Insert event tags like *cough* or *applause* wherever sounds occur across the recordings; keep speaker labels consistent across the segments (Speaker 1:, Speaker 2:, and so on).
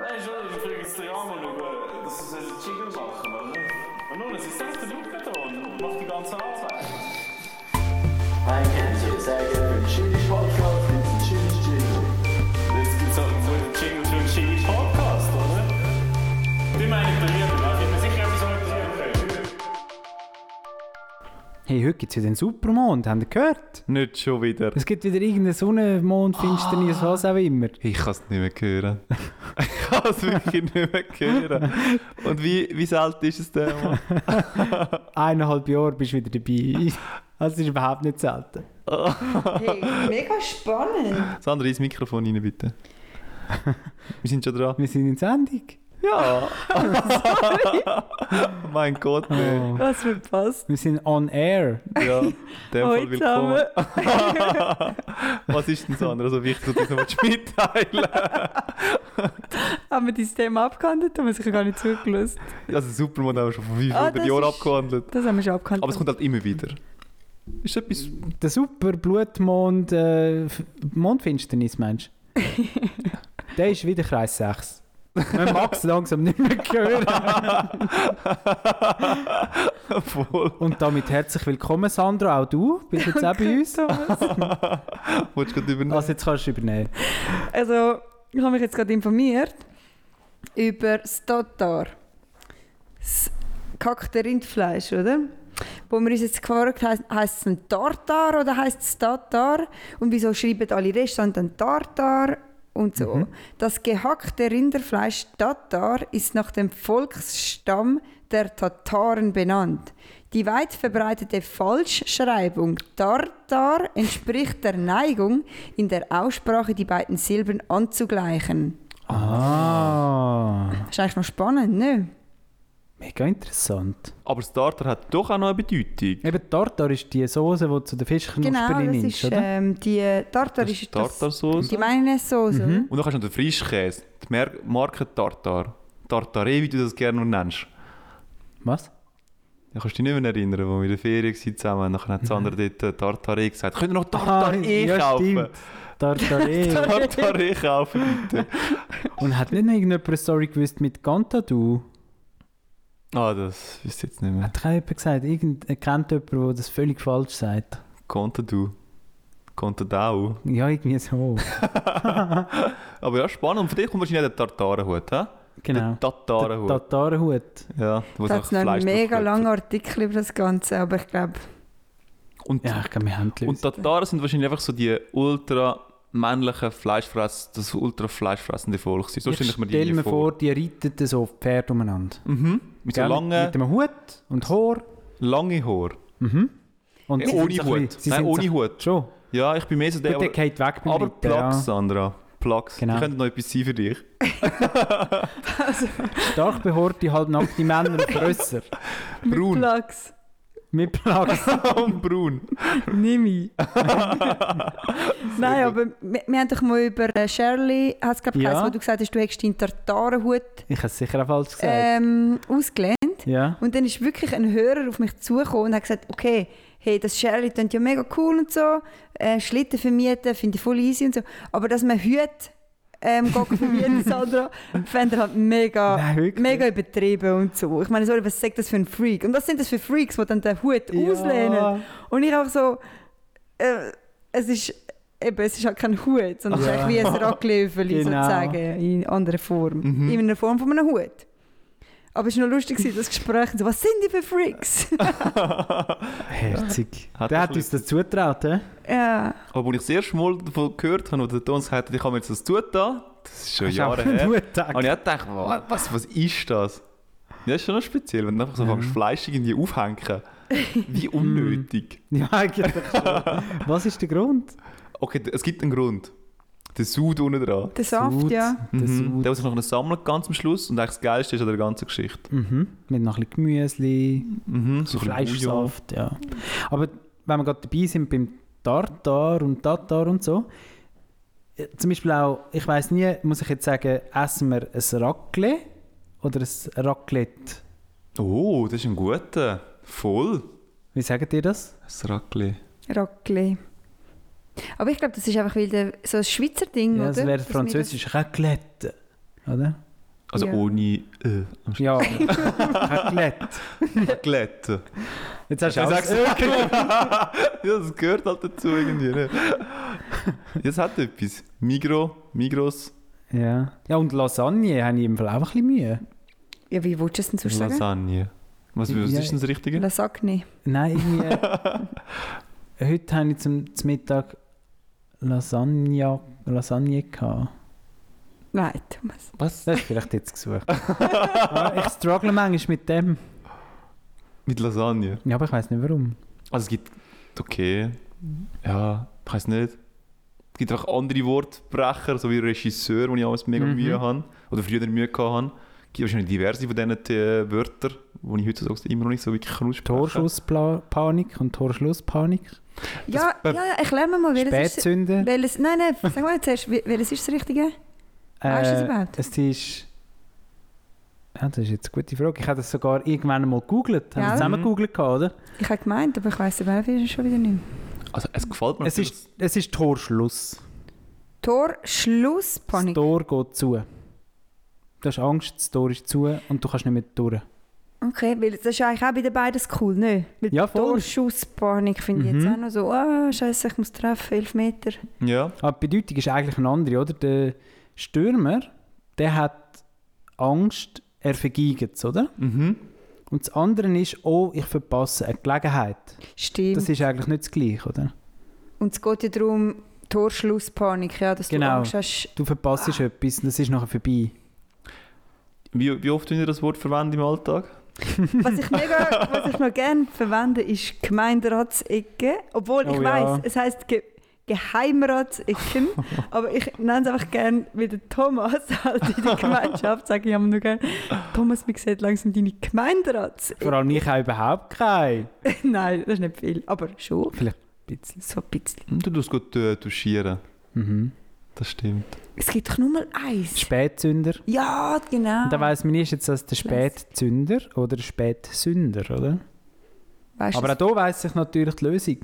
Speaker 1: Nein, schon, ich bringe jetzt den Rahmen schauen. Das ist ein Jingle machen, oder? Und nun, es ist selbst der Luftbeton und macht die ganze Arbeit.
Speaker 2: Nein, kennen Sie, sehr gerne. Chili Podcast mit dem Chili Chili.
Speaker 1: Jetzt gibt es halt so einen Jingle für einen Jingle Podcast, oder? Die meine ich bei mir, da bin mir sicher, dass ich so etwas okay.
Speaker 3: Hey, heute gibt es ja den Supermond, habt ihr gehört?
Speaker 4: Nicht schon wieder.
Speaker 3: Es gibt wieder irgendeinen Sonnenmond, Finsternis, was auch immer.
Speaker 4: Ich kann es nicht mehr hören. *laughs* ich kann es wirklich nicht mehr hören. Und wie, wie selten ist es denn? Mann?
Speaker 3: Eineinhalb Jahre bist du wieder dabei. *laughs* Das ist überhaupt nicht selten.
Speaker 5: Hey, mega spannend.
Speaker 4: Sandra, ins Mikrofon rein, bitte. Wir sind schon dran.
Speaker 3: Wir sind in Sendung.
Speaker 4: Ja. *laughs* mein Gott, ey.
Speaker 5: Was verpasst.
Speaker 3: Wir sind on air.
Speaker 4: Ja, in dem
Speaker 5: Hoi
Speaker 4: Fall willkommen. *laughs* Was ist denn, Sandra, so wichtig, dass du das noch mitteilen
Speaker 5: Haben wir dieses Thema abgehandelt? Haben wir sicher gar nicht zugelassen.
Speaker 4: Also Supermond haben wir schon vor 500
Speaker 5: Ah, das
Speaker 4: Jahren
Speaker 5: ist-
Speaker 4: abgehandelt.
Speaker 5: Das haben wir schon abgehandelt.
Speaker 4: Aber es kommt halt immer wieder. Ist etwas...
Speaker 3: Der super Blutmond, äh, F- Mondfinsternis, *laughs* Mensch. Der ist wieder Kreis 6. Man mag *laughs* es langsam nicht mehr hören.
Speaker 4: Voll.
Speaker 3: Und damit herzlich willkommen, Sandra, auch du bist jetzt auch *laughs* bei uns.
Speaker 4: Wolltest du gerade übernehmen?
Speaker 3: Also jetzt kannst du übernehmen.
Speaker 5: Also, ich habe mich jetzt gerade informiert über das Tatar. Das gekackte Rindfleisch, oder? Wo wir uns jetzt gefragt haben, heisst es ein Tartar oder heisst es Tatar? Und wieso schreiben alle Restaurants dann Tartar? Und so.
Speaker 4: Mhm.
Speaker 5: Das gehackte Rinderfleisch Tatar ist nach dem Volksstamm der Tataren benannt. Die weit verbreitete Falschschreibung Tartar entspricht der Neigung, in der Aussprache die beiden Silben anzugleichen.
Speaker 3: Ah,
Speaker 5: Das ist eigentlich noch spannend, ne?
Speaker 3: mega interessant.
Speaker 4: Aber Starter hat doch auch noch eine Bedeutung.
Speaker 3: Eben Tartar ist die Soße, die du zu den Fischknospen
Speaker 5: Genau, das
Speaker 3: nimmst,
Speaker 5: ist
Speaker 3: oder?
Speaker 5: ähm, die Tartar
Speaker 4: Das
Speaker 5: ist
Speaker 4: ist
Speaker 5: das,
Speaker 4: Tartarsauce. Also
Speaker 5: die Mayonnaise-Soße. oder?
Speaker 4: Und dann hast du noch den Frischkäse, die Mer Marke Tartar. Tartare, wie du das gerne noch nennst.
Speaker 3: Was?
Speaker 4: Da kannst du dich nicht mehr erinnern, als wir in der Ferien waren zusammen waren. Dann hat Sandra
Speaker 5: Mhm.
Speaker 4: dort äh, Tartare gesagt. Könnt ihr noch
Speaker 3: Ah,
Speaker 4: Tartare kaufen?
Speaker 3: Tartare.
Speaker 4: *laughs*
Speaker 5: *laughs*
Speaker 4: Tartare kaufen, bitte.
Speaker 3: E. Und hat nicht noch irgendjemand eine Story gewusst mit Gantadu?
Speaker 4: Ah, das wüsste ich jetzt nicht mehr.
Speaker 3: Hat keiner jemand gesagt, irgend, er kennt jemand, der das völlig falsch sagt?
Speaker 4: Konnte du. Konnte du
Speaker 3: Ja, irgendwie
Speaker 4: *laughs*
Speaker 3: so.
Speaker 4: Aber ja, spannend. Und von dir kommt wahrscheinlich auch der Tartarenhut, hä?
Speaker 3: Genau.
Speaker 4: Der Tartarenhut.
Speaker 3: Tatarenhut.
Speaker 4: ja, wo
Speaker 5: Da hat
Speaker 4: es
Speaker 5: noch
Speaker 4: Fleisch
Speaker 5: einen mega
Speaker 4: draufkommt.
Speaker 5: langen Artikel über das Ganze, aber ich glaube,
Speaker 4: Und
Speaker 3: Ja, ich kann mich handeln.
Speaker 4: Und Tataren sind wahrscheinlich einfach so die ultra männlichen Fleischfress, das ultra fleischfressende Volk. sind. So
Speaker 3: ich
Speaker 4: stelle ich mir die
Speaker 3: stell mir
Speaker 4: vor.
Speaker 3: vor, die reiten so Pferd umeinander.
Speaker 4: Mhm. Mit so
Speaker 3: Gell?
Speaker 4: langen,
Speaker 3: Mit einem Hut und Haar. Mhm.
Speaker 4: langen Haaren.
Speaker 3: Und
Speaker 4: Äh,
Speaker 3: sie sind
Speaker 4: ohne
Speaker 3: so ein
Speaker 4: Hut.
Speaker 3: bisschen- Sie
Speaker 4: Nein,
Speaker 3: sind
Speaker 4: ohne
Speaker 3: so,
Speaker 4: Hut.
Speaker 3: Schon.
Speaker 4: Ja, ich bin mehr so der,
Speaker 3: Gut, der
Speaker 4: aber,
Speaker 3: geht weg beim
Speaker 4: aber
Speaker 3: Reiten, *laughs*
Speaker 4: Plax,
Speaker 3: ja.
Speaker 4: Sandra. Plax.
Speaker 3: Genau.
Speaker 4: Die könnten noch etwas sein für dich. *laughs*
Speaker 3: Stark behorte, halbnackte Männer und
Speaker 4: *laughs*
Speaker 3: Grösser.
Speaker 4: Braun.
Speaker 5: Plugs,
Speaker 3: Mit Plax.
Speaker 4: Und braun. *laughs*
Speaker 3: *laughs*
Speaker 5: nimm ich. *laughs* Nein, aber wir, wir haben doch mal über äh, Shirley, hast du
Speaker 3: Ja.
Speaker 5: ja. wo du gesagt hast, du hättest deinen Tartarenhut
Speaker 3: Ich habe es sicher auch falsch gesagt.
Speaker 5: ähm, ausgelehnt.
Speaker 3: ja.
Speaker 5: Und dann ist wirklich ein Hörer auf mich zugekommen und hat gesagt, okay, hey, das Shirley klingt ja mega cool und so, äh, Schlitten vermieten, finde ich voll easy und so, aber dass man Hüte ähm, geht
Speaker 3: *laughs*
Speaker 5: vermieten, Sandra, fände er halt mega...
Speaker 3: Nein, wirklich.
Speaker 5: Mega übertrieben und so. Ich meine, sorry, was sagt das für ein Freak? Und was sind das für Freaks, die dann den Hut
Speaker 3: Ja.
Speaker 5: auslehnen? Und ich auch so, äh, es ist eben, es ist halt kein Hut, sondern es ist
Speaker 3: Ja.
Speaker 5: eigentlich wie ein
Speaker 3: *laughs*
Speaker 5: Raclette
Speaker 3: Genau. Mhm.
Speaker 5: sozusagen, in anderer Form. In einer Form von einem Hut. Aber es war noch lustig, gewesen, das Gespräch, so, was sind die
Speaker 3: *laughs*
Speaker 5: für Freaks?
Speaker 3: Herzig.
Speaker 4: Hat
Speaker 3: der
Speaker 4: das
Speaker 3: hat uns das zutraut, hä?
Speaker 5: ja,
Speaker 4: Obwohl ich das erste Mal davon gehört habe, wo der Ton gesagt hat, ich habe mir jetzt das zugetan. Das ist schon Jahre her.
Speaker 3: Nur Tag.
Speaker 4: Und ich hab gedacht, wa- was, was ist das? Das ist schon noch speziell, wenn du einfach so fängst, Fleisch irgendwie aufhängen. *laughs* Wie unnötig.
Speaker 3: Ja, eigentlich schon.
Speaker 4: *laughs*
Speaker 3: Was ist der Grund?
Speaker 4: Okay, d- es gibt einen Grund. Der Sud unten dran.
Speaker 5: der Saft,
Speaker 3: Sud.
Speaker 5: ja.
Speaker 3: Der
Speaker 4: Mhm.
Speaker 3: Sud.
Speaker 4: Der muss ich noch sammeln, ganz am Schluss. Und eigentlich das Geilste ist an der ganzen Geschichte.
Speaker 3: Mhm. Mit noch ein bisschen Gemüse,
Speaker 4: Mhm. So ein bisschen Bouillon.
Speaker 3: Fleischsaft, ja. Aber wenn wir gerade dabei sind beim Tartar und Tatar und so, äh, zum Beispiel auch, ich weiß nie, muss ich jetzt sagen, essen wir ein Raclette oder ein Raclette?
Speaker 4: Oh, das ist ein guter. Voll.
Speaker 3: Wie sagt ihr das?
Speaker 4: Das Raclette.
Speaker 5: Raclette. Aber ich glaube, das ist einfach weil der, so ein Schweizer Ding,
Speaker 3: Ja,
Speaker 5: oder?
Speaker 3: es wäre
Speaker 5: Dass wir
Speaker 3: französisch Raclette, oder?
Speaker 5: Das,
Speaker 4: Also
Speaker 5: Ja.
Speaker 4: ohne äh, am
Speaker 5: *laughs*
Speaker 3: Ja, Raclette.
Speaker 4: *laughs* Glätte.
Speaker 3: Jetzt hast du
Speaker 4: Ich
Speaker 3: alles
Speaker 4: sag's- *laughs* ja, das gehört halt dazu irgendwie. *laughs* Ne? Jetzt hat etwas. Migro, Migros,
Speaker 3: Ja. ja, und Lasagne habe ich im Fall auch ein bisschen Mühe.
Speaker 5: Ja, wie willst du es denn sonst sagen?
Speaker 4: Lasagne. Was, was
Speaker 3: Ja.
Speaker 4: ist denn das Richtige?
Speaker 5: Lasagne.
Speaker 3: Nein, irgendwie. äh,
Speaker 4: *laughs*
Speaker 3: heute habe ich zum, zum Mittag Lasagne, Lasagne gehabt.
Speaker 5: Nein, Thomas.
Speaker 4: Was?
Speaker 3: Das ist vielleicht jetzt
Speaker 4: *laughs*
Speaker 3: gesucht. Aber ich struggle manchmal mit dem.
Speaker 4: Mit Lasagne.
Speaker 3: Ja, aber ich weiß nicht warum.
Speaker 4: Also es gibt. Okay. Ja, ich weiß nicht. Es gibt auch andere Wortbrecher, so wie Regisseur, wo ich auch mega
Speaker 3: Mhm.
Speaker 4: Mühe habe. Oder früher Mühe gehabt habe. Es gibt wahrscheinlich diverse von diesen äh, Wörtern, die ich heutzutage immer noch nicht so wirklich kann aussprechen
Speaker 3: Torschusspanik und Torschlusspanik.
Speaker 5: Ja, ja,
Speaker 4: äh,
Speaker 5: ja, erklär mir mal, Oh, welches ist...
Speaker 3: Spätzünde.
Speaker 5: Welches, nein, nein, sag mal zuerst, wel- welches ist das Richtige? Weißt du Ah, das überhaupt?
Speaker 3: Äh, Es ist. Ja, das ist jetzt eine gute Frage. Ich habe das sogar irgendwann mal gegoogelt. Haben
Speaker 5: Ja.
Speaker 3: wir zusammen
Speaker 4: Mhm.
Speaker 3: gegoogelt, gehabt, oder?
Speaker 5: Ich habe gemeint, aber ich weiss aber auch schon wieder nicht mehr.
Speaker 4: Also es gefällt mir
Speaker 3: Es ist, es ist Torschluss.
Speaker 5: Tor, Schluss, Panik.
Speaker 3: Das Tor geht zu. Du hast Angst, das Tor ist zu und du kannst nicht mehr durch.
Speaker 5: Okay, weil das ist eigentlich auch bei den beiden cool, ne? Weil
Speaker 3: Ja, voll.
Speaker 5: Tor, Schuss, Panik finde ich
Speaker 3: Mhm.
Speaker 5: jetzt auch noch so, ah, scheiße, ich muss treffen, elf Meter.
Speaker 4: natürlich- Ja.
Speaker 3: Aber die Bedeutung ist eigentlich eine andere, oder? Der Stürmer, der hat Angst, er vergeigt es, oder?
Speaker 4: Mhm.
Speaker 3: Und das andere ist, oh, ich verpasse eine Gelegenheit.
Speaker 5: Stimmt.
Speaker 3: Das ist eigentlich nicht das Gleiche, oder?
Speaker 5: Und es geht ja darum, Tor, Schluss, Panik, ja, dass du
Speaker 3: Genau.
Speaker 5: Angst hast.
Speaker 3: Du verpasst etwas und das ist nachher vorbei.
Speaker 4: Wie, wie oft verwendet ihr das Wort verwendet im Alltag?
Speaker 5: Was ich mega, was ich noch gerne verwende, ist Gemeinderatsecke. Obwohl ich
Speaker 3: Oh
Speaker 5: weiß,
Speaker 3: ja.
Speaker 5: es heißt Ge
Speaker 3: *laughs*
Speaker 5: Geheimratsecken, aber ich nenne es einfach gerne wie der Thomas *laughs* halt in der Gemeinschaft, sage ich immer nur gerne. Thomas, mir sieht langsam deine Gemeinderatsecken.
Speaker 3: Vor allem ich habe überhaupt keine.
Speaker 5: *laughs* Nein, das ist nicht viel, aber schon
Speaker 3: Vielleicht ein bisschen.
Speaker 5: so ein bisschen.
Speaker 4: Hm, Du tust gut äh, duschieren.
Speaker 3: Mhm.
Speaker 4: Das stimmt.
Speaker 5: Es gibt doch nur mal eins.
Speaker 3: Spätzünder.
Speaker 5: Ja, genau.
Speaker 3: Und da weiss man ist jetzt, dass der Spätzünder oder der Spätsünder, oder?
Speaker 5: weißt
Speaker 3: Aber auch hier weiss ich natürlich die Lösung.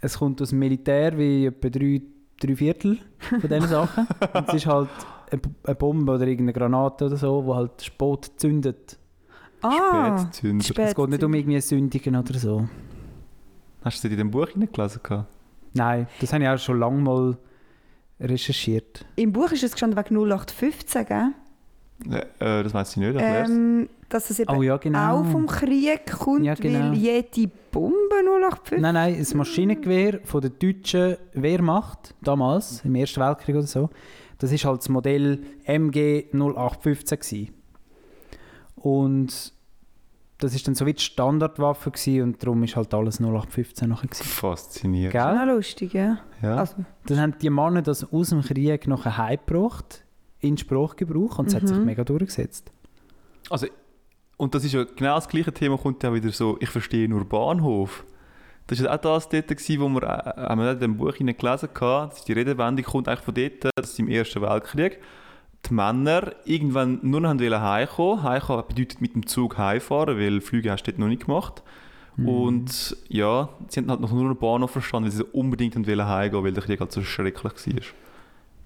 Speaker 3: Es kommt aus dem Militär wie etwa drei, drei Viertel von diesen
Speaker 5: *laughs*
Speaker 3: Sachen. Und es ist halt eine, B- eine Bombe oder irgendeine Granate oder so, die halt Spot zündet.
Speaker 5: ah,
Speaker 4: Spätzünder.
Speaker 3: Es geht nicht um
Speaker 5: Spätzünder.
Speaker 3: irgendwie Sündigen oder so.
Speaker 4: Hast du das in dem Buch hineingelesen? gehabt?
Speaker 3: Nein, das habe ich auch schon lange mal recherchiert.
Speaker 5: Im Buch ist es gestanden wegen 0815, gell?
Speaker 4: Äh, äh, das weiß ich nicht. erklär's.
Speaker 5: Ähm, dass es eben
Speaker 3: Oh ja, genau.
Speaker 5: auch vom Krieg kommt,
Speaker 3: Ja, genau.
Speaker 5: weil jede Bombe 0815.
Speaker 3: Nein, nein, das Maschinengewehr von der deutschen Wehrmacht, damals, im Ersten Weltkrieg oder so, das war halt das Modell MG 0815. Gewesen. Und das war dann so wie die Standardwaffe gewesen, und darum war halt alles 0815 nachher. Gewesen.
Speaker 4: Faszinierend.
Speaker 5: Das ist
Speaker 3: Gell?
Speaker 5: auch lustig, ja.
Speaker 4: Ja.
Speaker 5: Also,
Speaker 3: Dann haben die Männer das aus dem Krieg nachher heimgebracht, in Sprachgebrauch, und es hat sich
Speaker 5: Mhm.
Speaker 3: mega durchgesetzt.
Speaker 4: Also, Und das ist ja genau das gleiche Thema, kommt ja wieder so, ich verstehe nur Bahnhof. Das war auch das dort, gewesen, wo wir, äh, haben wir in dem Buch gelesen haben, die Redewendung kommt eigentlich von dort, dass im Ersten Weltkrieg die Männer irgendwann nur noch wollten heimkommen. Heimkommen bedeutet mit dem Zug heimfahren, weil Flüge hast du dort noch nicht gemacht. Und ja, sie haben halt noch nur noch Bahnhof verstanden, weil sie so unbedingt wollten heimgehen, weil der Krieg halt so schrecklich war.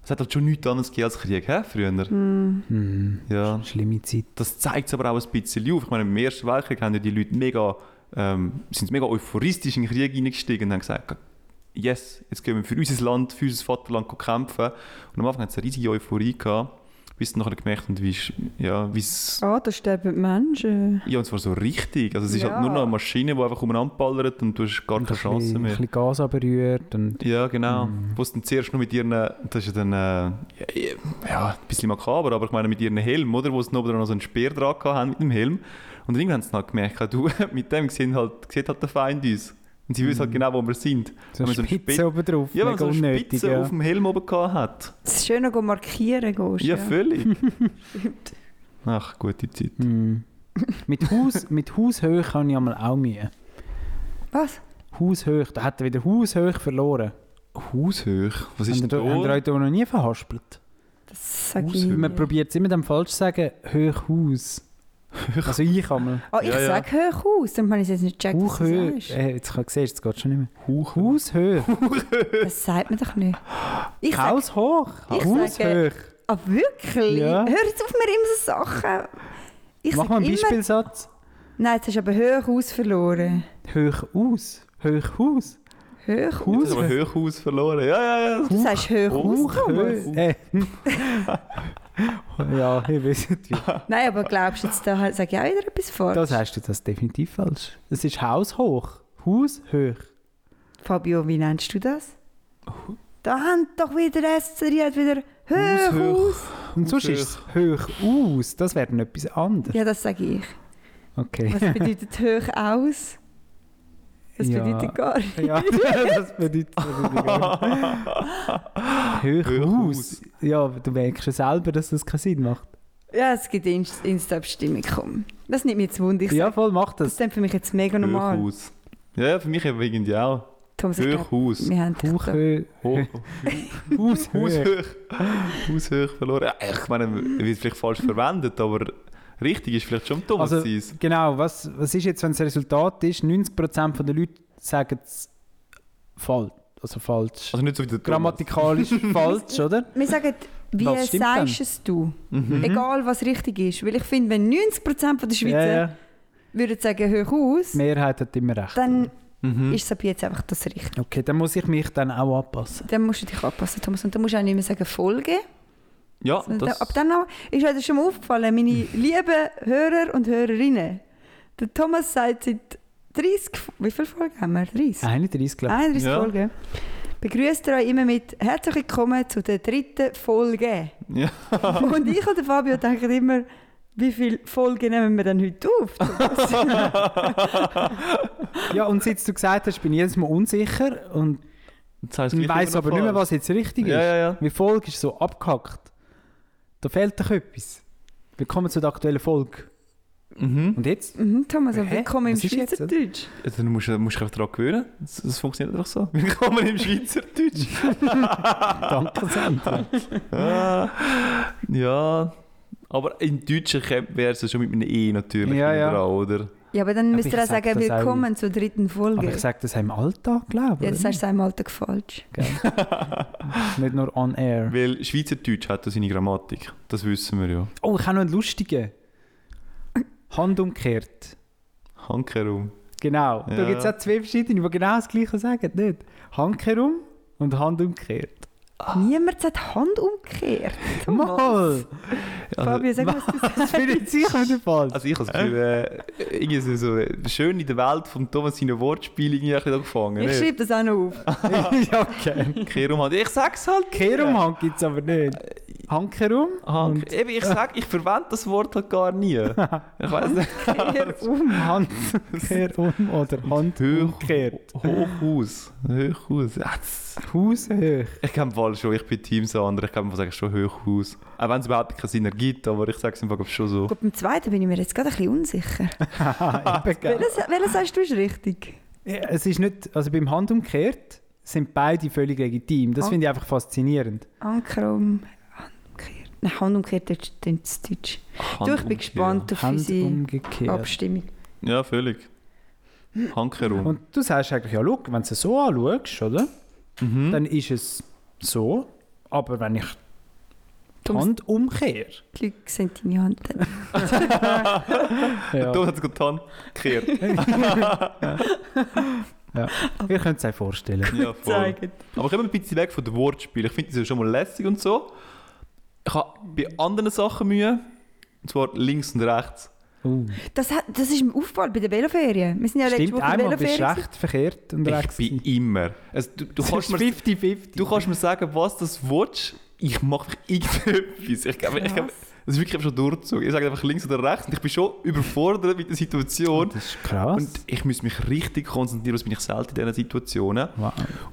Speaker 4: Es hat halt schon nichts anderes gegeben als Krieg, hä, früher.
Speaker 3: Mhm.
Speaker 4: Ja
Speaker 3: Schlimme Zeit.
Speaker 4: das zeigt es aber auch ein bisschen auf. Ich meine, im Ersten Weltkrieg haben ja die Leute mega, ähm, sind mega euphoristisch in den Krieg eingestiegen und haben gesagt, yes, jetzt gehen wir für unser Land, für unser Vaterland kämpfen. Und am Anfang hat es eine riesige Euphorie gehabt, bis dann nachher gemerkt haben, wie es- ja, wie es
Speaker 5: ah, da sterben die Menschen.
Speaker 4: ja, und zwar so richtig. Also es ist
Speaker 5: Ja.
Speaker 4: halt nur noch eine Maschine, die einfach umeinander ballert und du hast gar
Speaker 3: Und
Speaker 4: keine
Speaker 3: ein
Speaker 4: Chance
Speaker 3: bisschen,
Speaker 4: mehr.
Speaker 3: Ein bisschen Gas anberührt und
Speaker 4: Ja, genau.
Speaker 3: Mhm.
Speaker 4: Wo es dann zuerst nur mit ihren, das ist ja dann, äh, ja, ja, ein bisschen makaber, aber ich meine mit ihren Helm, oder? Wo sie noch noch so einen Speer dran gehabt haben mit dem Helm. Und irgendwann haben sie dann halt gemerkt, du, *laughs* mit dem sehen halt, sieht halt der Feind uns. Und sie wissen halt genau, wo wir sind.
Speaker 3: Mhm. so eine
Speaker 4: Wenn man so eine
Speaker 3: Spitze
Speaker 4: Spit-
Speaker 3: oben drauf.
Speaker 4: Ja, wenn man
Speaker 3: mega
Speaker 4: so eine
Speaker 3: unnötig,
Speaker 4: Spitze
Speaker 3: ja.
Speaker 4: auf dem Helm oben gehabt hat.
Speaker 5: Es ist schön, dass markieren gehst.
Speaker 3: *laughs*
Speaker 4: Ja, völlig. Ach, gute Zeit.
Speaker 3: Mm. mit, Haus, mit Haushöhe kann ich einmal auch Mühe.
Speaker 5: Was?
Speaker 3: Haushöhe, da hat er wieder Haushöhe verloren.
Speaker 4: Haushoch, was ist denn
Speaker 3: Habt ihr- Habt ihr
Speaker 4: da?
Speaker 3: euch da noch nie verhaspelt?
Speaker 5: Das sage ich
Speaker 4: Aushöhe.
Speaker 3: Man
Speaker 5: nicht.
Speaker 3: probiert es immer dann falsch zu sagen, Höchhaus. Also ich einmal.
Speaker 5: *laughs* Ah, ich
Speaker 4: Ja, ja.
Speaker 5: sage hoch aus, dann kann ich es jetzt nicht checken, was
Speaker 3: Haushöhe.
Speaker 5: du sagst.
Speaker 3: Äh, jetzt kann- siehst du, es geht schon nicht mehr. Haushöhe.
Speaker 5: Das sagt man doch nicht. Ich sage
Speaker 3: Haus hoch.
Speaker 5: Ich
Speaker 3: Haushöhe.
Speaker 5: Ah, wirklich?
Speaker 3: Ja.
Speaker 5: Hör jetzt auf mir immer so Sachen. Ich
Speaker 3: Mach
Speaker 5: sag
Speaker 3: mal einen
Speaker 5: immer,
Speaker 3: Beispielsatz.
Speaker 5: Nein, jetzt hast du aber hoch aus verloren.
Speaker 3: Hoch aus. Hoch aus.
Speaker 5: Hoch
Speaker 3: Hoch
Speaker 5: aus?
Speaker 4: Jetzt haben wir Höchhaus verloren. Ja, ja, ja.
Speaker 5: Du sagst hoch
Speaker 4: Hoch,
Speaker 5: aus, Thomas.
Speaker 3: Hoch- Äh. *laughs* ja, ich weiß nicht. wie.
Speaker 5: Nein, aber glaubst du, jetzt da sage ich auch wieder etwas falsch?
Speaker 3: Das hast du das definitiv falsch. Es ist haushoch. Haushoch.
Speaker 5: Fabio, wie nennst du das? Da haben doch wieder Esser, die hat wieder hoch
Speaker 4: Haushoch.
Speaker 5: aus.
Speaker 3: Und sonst ist es hoch aus. Das wäre dann etwas anderes.
Speaker 5: Ja, das sage ich.
Speaker 3: Okay. *laughs*
Speaker 5: Was bedeutet hoch aus? Das
Speaker 3: Ja.
Speaker 5: bedeutet gar nicht.
Speaker 3: Ja, das bedeutet *laughs* hoch aus. Ja, aber du merkst ja selber, dass das keinen Sinn macht.
Speaker 5: Ja, es gibt Inst- Insta-Abstimmung. Komm. Das nimmt mir jetzt Wunder. Ich
Speaker 3: Ja,
Speaker 5: sag,
Speaker 3: voll, mach das.
Speaker 5: das ist dann für mich jetzt mega normal.
Speaker 4: Höchhaus. Ja, ja, für mich eben irgendwie auch.
Speaker 5: Thomas, Also ich glaub,
Speaker 4: Höchhaus.
Speaker 5: wir haben dich
Speaker 3: Hoch,
Speaker 5: da.
Speaker 3: hoch,
Speaker 4: Hoch-
Speaker 3: Haus, hoch.
Speaker 4: Haushoch. Haushoch verloren. Ja, Ich meine, wird vielleicht falsch verwendet, aber richtig ist vielleicht schon Thomas
Speaker 3: Also-
Speaker 4: Seins.
Speaker 3: Genau, was, was ist jetzt, wenn das Resultat ist? 90% der Leute sagen es falsch. Also falsch.
Speaker 4: Also nicht so wie der Thomas.
Speaker 3: *laughs* Grammatikalisch falsch, oder?
Speaker 5: Wir sagen, wie
Speaker 3: Was
Speaker 5: sagst
Speaker 3: stimmt denn? Mhm.
Speaker 5: es du? Egal, was richtig ist. Weil ich finde, wenn 90% von der Schweizer
Speaker 3: Ja, ja.
Speaker 5: würden sagen, hoch aus,
Speaker 3: Die Mehrheit hat immer recht.
Speaker 5: dann
Speaker 4: Mhm.
Speaker 5: ist es ab jetzt einfach das Richtige.
Speaker 3: Okay, dann muss ich mich dann auch anpassen.
Speaker 5: Dann musst du dich anpassen, Thomas. Und dann musst du auch nicht mehr sagen, Folge.
Speaker 4: Ja,
Speaker 5: Und Hm.
Speaker 4: das...
Speaker 5: dann, ab dann an- ist euch das schon mal aufgefallen, meine lieben Hörer und Hörerinnen. Der Thomas sagt seit 30, F- wie viele Folgen haben wir? 30?
Speaker 3: 31, glaube
Speaker 5: 31
Speaker 4: Ja.
Speaker 5: Folgen. Begrüßt ihr euch immer mit «Herzlich willkommen zu der dritten Folge».
Speaker 4: *laughs* Ja.
Speaker 5: Und ich und der Fabio denken immer, wie viele Folgen nehmen wir denn heute auf?
Speaker 3: ich. Ja, und seit du gesagt hast, bin ich jedes Mal unsicher und
Speaker 4: Jetzt heißt es gleich
Speaker 3: weiß
Speaker 4: immer
Speaker 3: aber
Speaker 4: noch
Speaker 3: nicht mehr,
Speaker 4: falsch.
Speaker 3: was jetzt richtig ist.
Speaker 4: Ja, ja, ja.
Speaker 3: Meine Folge ist so abgehackt. Da fehlt doch etwas. Willkommen zu der aktuellen Folge.
Speaker 4: Mhm.
Speaker 3: Und
Speaker 4: *laughs*
Speaker 3: jetzt?
Speaker 5: Mhm, Thomas, aber
Speaker 3: Hä?
Speaker 5: willkommen im
Speaker 3: Was ist jetzt,
Speaker 5: Schweizerdeutsch.
Speaker 4: Ja, Dann musst du musst du dich daran gewöhnen. Das, das funktioniert einfach so. Willkommen im Schweizerdeutsch.
Speaker 3: *laughs* Danke, Sandra.
Speaker 4: Ah, ja, aber im Deutschen wäre es ja schon mit einem E natürlich
Speaker 3: Ja,
Speaker 4: hinten
Speaker 3: ja.
Speaker 4: dran, oder?
Speaker 5: Ja, aber dann
Speaker 3: Aber
Speaker 5: müsst
Speaker 3: ich
Speaker 5: ihr auch
Speaker 3: sag
Speaker 5: sagen,
Speaker 3: das auch
Speaker 5: willkommen zur dritten
Speaker 3: Aber
Speaker 5: Folge.
Speaker 3: ich sage das im Alltag, glaube ich.
Speaker 5: Jetzt
Speaker 3: oder?
Speaker 5: hast du es einmal falsch.
Speaker 3: Nicht nur on air.
Speaker 4: *laughs* Weil Schweizerdeutsch hat ja seine Grammatik. Das wissen wir ja.
Speaker 3: Oh, ich habe noch einen lustigen. Hand umkehrt.
Speaker 4: Hand herum.
Speaker 3: Genau. Da
Speaker 4: Ja.
Speaker 3: gibt es auch zwei verschiedene, die genau das Gleiche sagen, nicht? Hand herum und Hand umkehrt.
Speaker 5: Ah. Niemand hat die Hand umgekehrt.
Speaker 3: *laughs* Mal!
Speaker 4: Also,
Speaker 5: Fabio, sag mal, was du
Speaker 3: Das bin ich sicher nicht falsch.
Speaker 4: also ich habe das Gefühl, äh, irgendwie so, so äh, schön in der Welt von Thomas seine Wortspiele irgendwie ein bisschen angefangen.
Speaker 5: Ich schreibe das auch
Speaker 3: *laughs*
Speaker 5: noch auf.
Speaker 3: *laughs* ja, okay.
Speaker 4: Kerum Hand. Ich sag's halt.
Speaker 3: Kehrumhand gibt es aber nicht. Handkerum?
Speaker 4: Hand. Eben, ich sag, ich verwende das Wort halt gar nie. Ich weiß nicht.
Speaker 5: *laughs* Kehr um.
Speaker 3: Handkerum um oder Hand um umkehrt.
Speaker 4: Hochhaus. Hochhaus. Ja, das-
Speaker 3: Haushoch. *laughs*
Speaker 4: Ich glaube wohl schon, ich bin Team Sander, ich glaube, man sagt schon Höchhaus. Auch wenn es überhaupt keinen Sinn ergibt, aber ich sage es einfach schon so.
Speaker 5: Gut, beim zweiten bin ich mir jetzt gerade ein bisschen unsicher.
Speaker 3: Ah, eben, gell.
Speaker 5: Welches, welches sagst du ist richtig?
Speaker 3: Ja, es ist nicht, also beim Hand umkehrt sind beide völlig legitim. Das
Speaker 5: Ah.
Speaker 3: finde ich einfach faszinierend.
Speaker 5: Anker um. Handumkehrt. Nein, Hand umgekehrt das ist dann das Deutsch. du, ich bin gespannt auf
Speaker 3: Hand um
Speaker 5: unsere
Speaker 3: umgekehrt.
Speaker 5: Abstimmung.
Speaker 4: Ja, völlig. Handkerum.
Speaker 3: Und du sagst eigentlich, ja, schau, wenn du es so anschaust, oder?
Speaker 4: Mhm.
Speaker 3: Dann ist es so. Aber wenn ich die
Speaker 5: Thomas,
Speaker 3: Hand um
Speaker 5: *laughs*
Speaker 3: umkehre.
Speaker 5: die Leute sehen deine Hand dann.
Speaker 3: *laughs*
Speaker 4: Ja. Du hast gut Handkehrt.
Speaker 5: *laughs*
Speaker 3: Ihr könnt es euch vorstellen.
Speaker 5: *laughs*
Speaker 4: Ja, voll.
Speaker 5: Zeigen.
Speaker 4: Aber kommen wir ein bisschen weg von den Wortspielen. Ich finde das ja schon mal lässig und so. Ich habe bei anderen Sachen Mühe. Und zwar links und rechts.
Speaker 3: Uh.
Speaker 5: Das, hat, das ist im Aufbau bei den Veloferien. Wir sind ja letzte
Speaker 3: Stimmt,
Speaker 5: Woche in
Speaker 3: einmal bist du
Speaker 5: Veloferien.
Speaker 3: recht verkehrt und
Speaker 4: Ich
Speaker 3: rechts.
Speaker 4: bin immer. Also, du, du,
Speaker 3: Das
Speaker 4: kannst
Speaker 3: ist
Speaker 4: mir,
Speaker 3: 50-50.
Speaker 4: du kannst mir sagen, was das willst. Ich mache *laughs* irgendetwas. Ich, glaube, ich, glaube,
Speaker 5: Krass.
Speaker 4: Das ist wirklich einfach schon durchgezogen. Ich sage einfach links oder rechts und ich bin schon überfordert mit der Situation.
Speaker 3: Das ist krass.
Speaker 4: Und ich muss mich richtig konzentrieren, das bin ich selten in diesen Situationen.
Speaker 3: wow.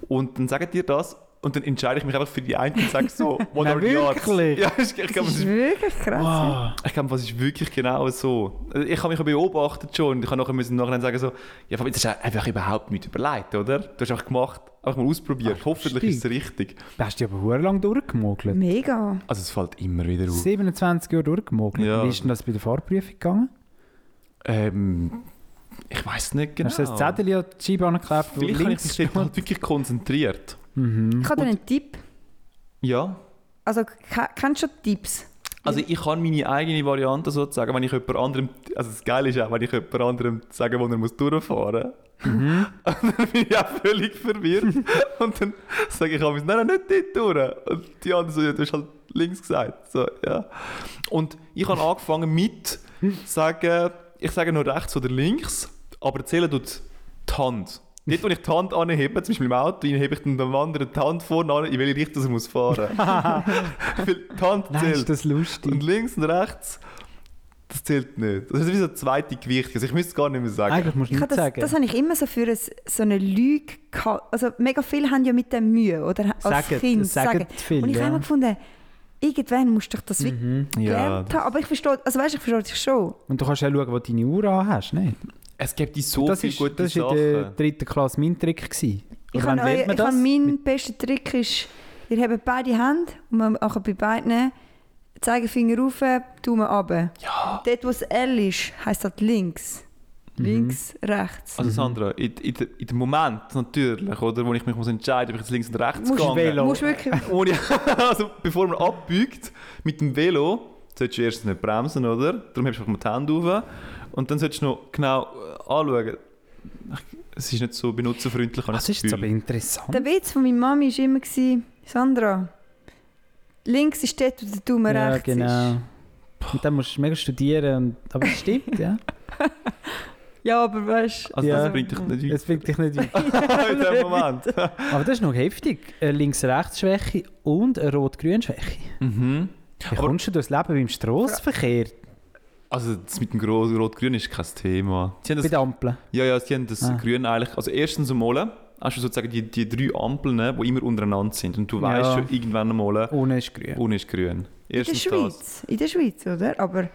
Speaker 4: Und dann sagen dir das und dann entscheide ich mich einfach für die eine und sage
Speaker 3: *laughs*
Speaker 4: so, what
Speaker 3: Nein,
Speaker 4: are the odds?
Speaker 3: wirklich?
Speaker 4: Ja, ich, ich glaube,
Speaker 5: Das
Speaker 4: es
Speaker 5: ist
Speaker 4: ist,
Speaker 5: wirklich krass.
Speaker 3: Wow.
Speaker 4: ich glaube, es ist wirklich genau so. Also Ich habe mich ja beobachtet schon und ich habe nachher müssen nachher sagen so, ja, Fabi, das hast du einfach überhaupt nicht überlegt, oder? Du hast einfach gemacht, einfach mal ausprobiert. Hoffentlich ist es richtig.
Speaker 3: Du hast dich aber verdammt lang durchgemogelt.
Speaker 5: Mega.
Speaker 4: Also es fällt immer wieder auf.
Speaker 3: 27 Jahre durchgemogelt.
Speaker 4: Ja.
Speaker 3: Wie ist denn das bei der Fahrprüfung gegangen?
Speaker 4: Ähm, ich weiß nicht genau.
Speaker 3: Hast du das Zettel an die Scheibe angeklebt? wo
Speaker 4: *laughs* Vielleicht habe ich
Speaker 3: links Hm,
Speaker 4: mich dort halt wirklich konzentriert.
Speaker 5: Ich habe dir einen Tipp.
Speaker 4: Ja.
Speaker 5: Also ke- kennst du schon Tipps?
Speaker 4: Also ich kann meine eigene Variante sozusagen, wenn ich jemand anderem, also das Geile ist auch, wenn ich jemand anderem sage, wo er muss durchfahren *laughs* muss, dann bin ich auch völlig verwirrt und dann sage ich abends, nein, nein, nicht dort durch. Und die anderen so, ja, du hast halt links gesagt. So, ja. Und ich habe angefangen mit, sagen, ich sage nur rechts oder links, aber zählen tut die Hand. Dort, wo ich die Hand anhebe, zum Beispiel im Auto, hebe ich dann dem anderen die Hand vorne an, in welche Richtung er muss fahren. Weil die Hand
Speaker 3: Nein,
Speaker 4: zählt.
Speaker 3: ist das
Speaker 4: Und
Speaker 3: lustig.
Speaker 4: links und rechts, das zählt nicht. Das ist wie so eine zweite Gewicht. Also ich müsste es gar nicht mehr sagen.
Speaker 3: Eigentlich musst du
Speaker 5: Ich
Speaker 3: nicht
Speaker 5: habe das,
Speaker 3: sagen.
Speaker 5: das habe ich immer so für ein, so eine Lüge gehalten. Also mega viele haben ja mit dem Mühe, oder? Als
Speaker 3: Sagen-
Speaker 5: Kind.
Speaker 3: sagen viele,
Speaker 5: Und ich
Speaker 3: ja. Mhm.
Speaker 5: habe immer gefunden, irgendwann musst du doch das wirklich
Speaker 4: Ja.
Speaker 5: gelernt haben. Aber ich verstehe, also weißt, du, ich verstehe dich schon.
Speaker 3: Und du kannst auch schauen, wo du deine Uhr an hast. Nicht?
Speaker 4: Es gibt so
Speaker 3: das
Speaker 4: viele
Speaker 3: ist,
Speaker 4: gute
Speaker 3: das ist in der
Speaker 4: Sachen.
Speaker 3: dritten Klasse mein Trick. Gewesen.
Speaker 5: Ich
Speaker 3: Oder wann
Speaker 5: habe eu-
Speaker 3: lernt man
Speaker 5: ich habe
Speaker 3: das?
Speaker 5: mein bester Trick ist, ihr habt beide Hände und man kann bei beiden Zeigefinger rauf, Daumen runter. Ja. Dort, wo das L ist, heisst das links.
Speaker 3: Mhm.
Speaker 5: Links, rechts.
Speaker 4: Also Sandra, in, in, in dem Moment natürlich, oder, wo ich mich muss entscheiden muss, ob ich jetzt links oder rechts
Speaker 5: Musst-
Speaker 4: gehe.
Speaker 3: Velo.
Speaker 5: Musst wirklich.
Speaker 4: *laughs* Ohne, also bevor man abbiegt mit dem Velo, solltest du erstens nicht bremsen, oder? Darum hebst du einfach mal die Hände auf. Und dann solltest du noch genau äh, anschauen. Ich- Es ist nicht so benutzerfreundlich, habe ich
Speaker 3: Das ist jetzt
Speaker 4: Gefühl.
Speaker 3: aber interessant.
Speaker 5: Der Witz von meiner Mami war immer, gewesen, Sandra, links ist dort, wo der Daumen
Speaker 3: Ja,
Speaker 5: rechts
Speaker 3: genau.
Speaker 5: ist.
Speaker 3: Und dann musst du mega studieren. Und, aber es stimmt, ja.
Speaker 5: Ja, aber weißt
Speaker 4: Also
Speaker 3: Ja.
Speaker 4: das bringt dich
Speaker 3: *laughs*
Speaker 4: nicht
Speaker 3: Es bringt dich nicht
Speaker 4: *laughs*
Speaker 3: weiter.
Speaker 4: weiter in dem Moment.
Speaker 3: Aber das ist noch heftig. Eine Links-Rechts-Schwäche und eine Rot-Grün-Schwäche.
Speaker 4: mhm.
Speaker 3: Wie
Speaker 4: Aber-
Speaker 3: kommst du durchs Leben beim Strassverkehr?
Speaker 4: Also das mit dem Gro- Rot-Grün ist kein Thema. Sie haben
Speaker 3: Bei
Speaker 4: das,
Speaker 3: den Ampeln.
Speaker 4: ja, ja, sie haben das
Speaker 3: Ah.
Speaker 4: Grün eigentlich... Also erstens einmal hast du sozusagen die, die drei Ampeln, ne, die immer untereinander sind. Und du
Speaker 3: Ja.
Speaker 4: weißt schon irgendwann einmal,
Speaker 3: Ohne ist grün.
Speaker 4: ohne ist grün.
Speaker 5: In der
Speaker 4: Erstens das.
Speaker 5: Schweiz. In der Schweiz, oder? Aber,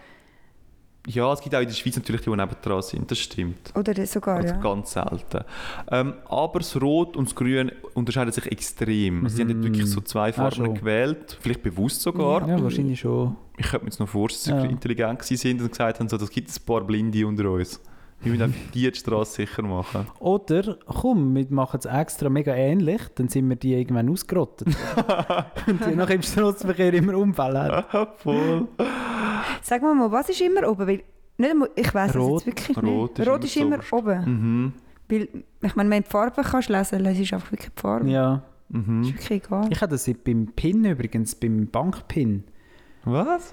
Speaker 4: Ja, es gibt auch in der Schweiz natürlich die, die nebendran sind, das stimmt.
Speaker 5: oder sogar,
Speaker 4: Also
Speaker 5: Ah, ja.
Speaker 4: ganz selten. Ähm, aber das Rot und das Grün unterscheiden sich extrem. Also sie haben dort wirklich so zwei Farben
Speaker 3: Mhm. Ah, schon.
Speaker 4: gewählt, vielleicht bewusst sogar.
Speaker 3: Ja, wahrscheinlich schon.
Speaker 4: Ich könnte mir jetzt noch vorstellen, dass sie
Speaker 3: Ja.
Speaker 4: intelligent gewesen sind und gesagt haben, so, das gibt ein paar Blinde unter uns. Wir müssen einfach die Straße sicher machen.
Speaker 3: Oder, komm, wir machen es extra mega ähnlich, dann sind wir die irgendwann
Speaker 4: *laughs*
Speaker 3: ausgerottet. Und die nachher im Straßenverkehr immer Unfälle
Speaker 4: *laughs*
Speaker 3: haben.
Speaker 4: Voll.
Speaker 5: Sag mal, was ist immer oben? Weil, nicht einmal, ich weiß es
Speaker 3: Rot. Hm.
Speaker 5: jetzt wirklich
Speaker 4: Rot
Speaker 5: nicht.
Speaker 4: ist
Speaker 5: Rot
Speaker 4: immer
Speaker 5: ist immer
Speaker 4: zuoberst.
Speaker 5: oben.
Speaker 4: Mhm.
Speaker 5: Weil, ich meine, wenn du die Farbe kannst lesen, lesest du einfach wirklich die Farbe.
Speaker 3: Ja.
Speaker 5: Das ist
Speaker 4: Mhm.
Speaker 5: wirklich egal.
Speaker 3: Ich habe das beim PIN übrigens, beim Bankpin.
Speaker 4: Was?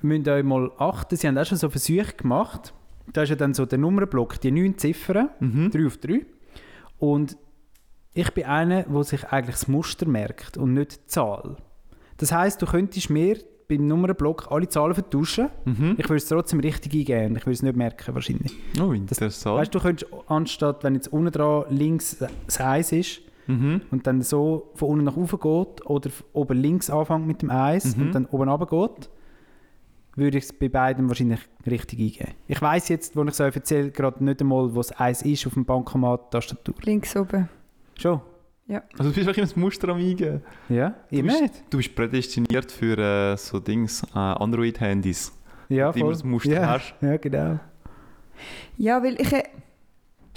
Speaker 3: müsst euch mal achten, sie haben auch schon so Versuche gemacht. Da ist ja dann so der Nummernblock, die neun Ziffern,
Speaker 4: Mhm.
Speaker 3: drei auf drei. Und ich bin einer, der sich eigentlich das Muster merkt und nicht die Zahl. Das heißt, du könntest mir beim Nummernblock alle Zahlen vertauschen.
Speaker 4: Mhm.
Speaker 3: Ich würde es trotzdem richtig eingeben. Ich würde es nicht merken, wahrscheinlich.
Speaker 4: Oh, interessant.
Speaker 3: Weißt du, du könntest anstatt, wenn jetzt unten dran links das 1 ist
Speaker 4: mhm.
Speaker 3: und dann so von unten nach oben geht oder f- oben links anfängt mit dem 1
Speaker 4: Mhm.
Speaker 3: und dann oben runter geht, würde ich es bei beidem wahrscheinlich richtig eingeben. Ich weiß jetzt, wo ich es euch erzähle, gerade nicht einmal, was 1 ist auf dem Bankomat-Tastatur.
Speaker 5: Links oben.
Speaker 3: Schon?
Speaker 4: Also du bist wirklich das Muster am Eingehen.
Speaker 3: Ja? Ihr
Speaker 4: bist-
Speaker 3: nicht?
Speaker 4: Du bist prädestiniert für äh, so Dings, äh, Android-Handys.
Speaker 3: Ja,
Speaker 4: Wenn du immer das Muster
Speaker 3: ja.
Speaker 4: hast.
Speaker 3: Ja, genau.
Speaker 5: Ja, weil ich... äh,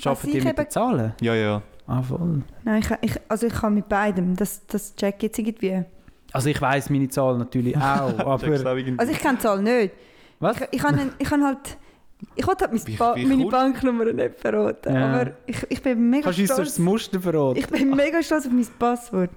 Speaker 3: Schaffen
Speaker 5: ich
Speaker 3: die mit
Speaker 5: eben-
Speaker 3: den Zahlen?
Speaker 4: Ja, ja.
Speaker 3: Ah, voll.
Speaker 5: Nein, ich, ich, also ich kann mit beidem. Das, das check ich jetzt irgendwie.
Speaker 3: Also ich weiß meine Zahlen natürlich
Speaker 4: *laughs*
Speaker 3: auch,
Speaker 4: Checkst du
Speaker 3: aber...
Speaker 4: auch irgendwie?
Speaker 5: Also ich kenne die Zahl nicht.
Speaker 3: Was?
Speaker 5: Ich, ich kann, einen- ich kann halt... Ich wollte halt
Speaker 4: Wie-
Speaker 5: mein ba
Speaker 4: wie
Speaker 5: meine
Speaker 4: cool.
Speaker 5: Banknummer nicht verraten.
Speaker 3: Ja.
Speaker 5: Aber ich, ich bin mega
Speaker 3: Kannst du uns das
Speaker 5: stolz.
Speaker 3: Muster verraten?
Speaker 5: Ich bin mega stolz auf mein Passwort.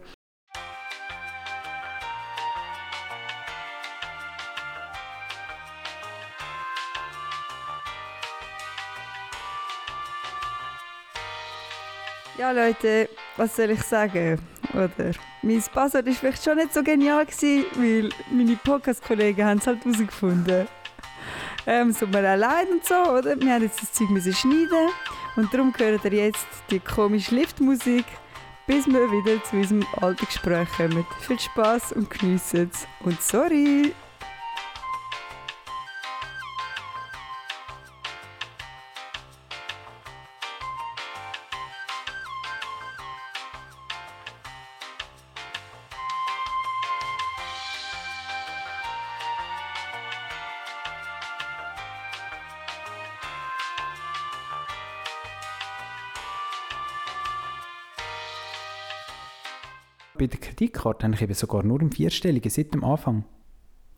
Speaker 5: Ja, Leute, was soll ich sagen? Oder? Mein Passwort war vielleicht schon nicht so genial, gewesen, weil meine Podcast-Kollegen haben es halt herausgefunden. Ähm, es tut mir auch leid und so, oder? Wir haben jetzt das Zeug müssen schneiden und darum hört ihr jetzt die komische Liftmusik, bis wir wieder zu unserem alten Gespräch kommen. Viel Spaß und genießt es. Und sorry!
Speaker 3: Bei der Kreditkarte habe ich eben sogar nur im Vierstelligen seit dem Anfang.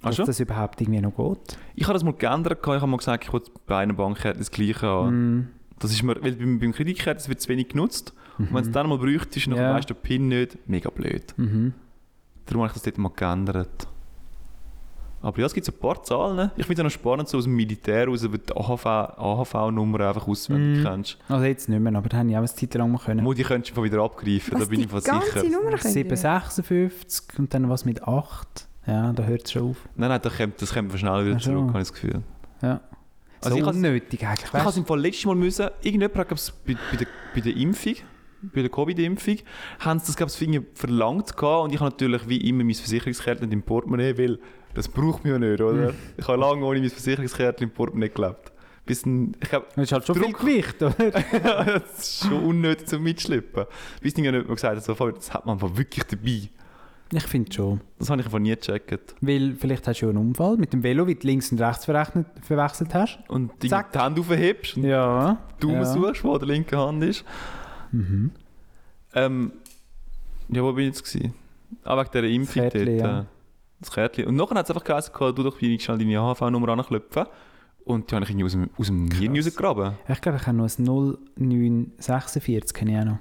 Speaker 4: Ach
Speaker 3: dass
Speaker 4: Ah, schon?
Speaker 3: das überhaupt irgendwie noch geht.
Speaker 4: Ich habe das mal geändert. gehabt. Ich habe mal gesagt, ich wollte bei einer Bankkarte das Gleiche haben.
Speaker 3: Mm.
Speaker 4: Das ist mir, weil beim, beim Kreditkarte das wird zu wenig genutzt. Und wenn es dann mal bräuchte, ist noch
Speaker 3: Mhm. Ja.
Speaker 4: weißt du den PIN nicht. Mega blöd.
Speaker 3: Mhm.
Speaker 4: Darum habe ich das dort mal geändert. Aber ja, es gibt so ein paar Zahlen. ne? Ich finde es auch noch spannend, so aus dem Militär raus, weil die AHV-Nummer einfach auswendig
Speaker 3: Mhm.
Speaker 4: kennst.
Speaker 3: Also jetzt nicht mehr, aber da habe ich auch eine Zeit lang mal können.
Speaker 4: Mo, die könntest du einfach wieder abgreifen, da bin ich von
Speaker 5: die ganze
Speaker 4: sicher.
Speaker 5: Nummer können die?
Speaker 3: 756 und dann was mit 8. Ja, da hört es schon auf.
Speaker 4: Nein, nein, das kommt, das kommt schnell wieder
Speaker 3: Ach so.
Speaker 4: zurück, habe ich das Gefühl.
Speaker 3: Ja. so
Speaker 4: Also ich has-
Speaker 3: unnötig eigentlich.
Speaker 4: Ich
Speaker 3: weißt
Speaker 4: habe es im Fall letztes Mal müssen, irgendjemand hat, glaub's, bei, bei, der, bei der Impfung, bei der Covid-Impfung, haben sie das, glaube ich, verlangt gehabt und ich habe natürlich wie immer mein Versicherungskärtchen im Portemonnaie, weil das braucht man ja nicht, oder? ich habe lange ohne mein Versicherungskärtchen im Portemonnaie gelebt. Bis ein, ich glaube,
Speaker 3: Das ist halt schon
Speaker 4: Druck.
Speaker 3: viel Gewicht, oder? *laughs*
Speaker 4: *laughs* das ist schon unnötig zum Mitschleppen. Bis dann jemand gesagt hat, so, Fabian, das hat man einfach wirklich dabei.
Speaker 3: Ich finde schon.
Speaker 4: Das habe ich einfach nie gecheckt.
Speaker 3: Weil vielleicht hast du ja einen Unfall mit dem Velo, wie du links und rechts verrechnet, verwechselt hast.
Speaker 4: Und die
Speaker 3: Zack.
Speaker 4: die Hände aufhebst und
Speaker 3: Ja.
Speaker 4: die Daumen suchst, wo der linke Hand ist.
Speaker 3: Mhm.
Speaker 4: Ähm, ja, wo bin ich jetzt? Gewesen? Ah, wegen dieser Impfung
Speaker 3: Kärtli,
Speaker 4: dort.
Speaker 3: ja.
Speaker 4: äh, Das Kärtchen. Und nachher hat es einfach geheißen, du doch bitte schnell deine AHV-Nummer anklopfen. Und die habe ich irgendwie aus dem, aus dem Hirn
Speaker 3: Krass.
Speaker 4: rausgegraben.
Speaker 3: Ich glaube, ich habe noch ein 0946, kenne ich auch noch.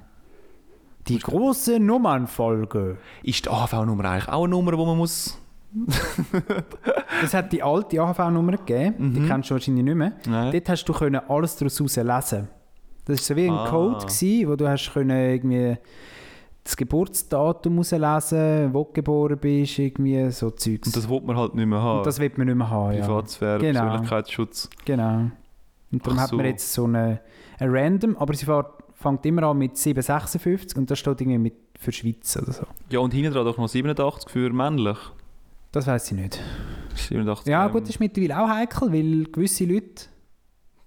Speaker 3: Die große Nummernfolge.
Speaker 4: Ist die AHV-Nummer eigentlich auch eine Nummer, die man muss...
Speaker 3: Es hat die alte AHV-Nummer gegeben, die
Speaker 4: Mhm.
Speaker 3: kennst du wahrscheinlich nicht mehr.
Speaker 4: Nein.
Speaker 3: Dort hast du können alles daraus herauslesen. Das war so wie ein
Speaker 4: Ah.
Speaker 3: Code, gewesen, wo du hast können irgendwie das Geburtsdatum herauslesen, wo du geboren bist, irgendwie so Zeugs.
Speaker 4: Und das wollte man halt nicht mehr haben.
Speaker 3: Und das wird man nicht mehr haben, ja.
Speaker 4: Privatsphäre,
Speaker 3: Genau.
Speaker 4: Persönlichkeitsschutz.
Speaker 3: Genau. Und darum
Speaker 4: Ach
Speaker 3: hat man
Speaker 4: so.
Speaker 3: jetzt so eine, eine Random, aber sie fährt, fängt immer an mit 756 und das steht irgendwie mit für Schweiz oder so.
Speaker 4: Ja, und hinten dran doch noch 87 für männlich.
Speaker 3: Das weiß ich nicht.
Speaker 4: 87
Speaker 3: Ja,
Speaker 4: ähm,
Speaker 3: gut, das ist mittlerweile auch heikel, weil gewisse Leute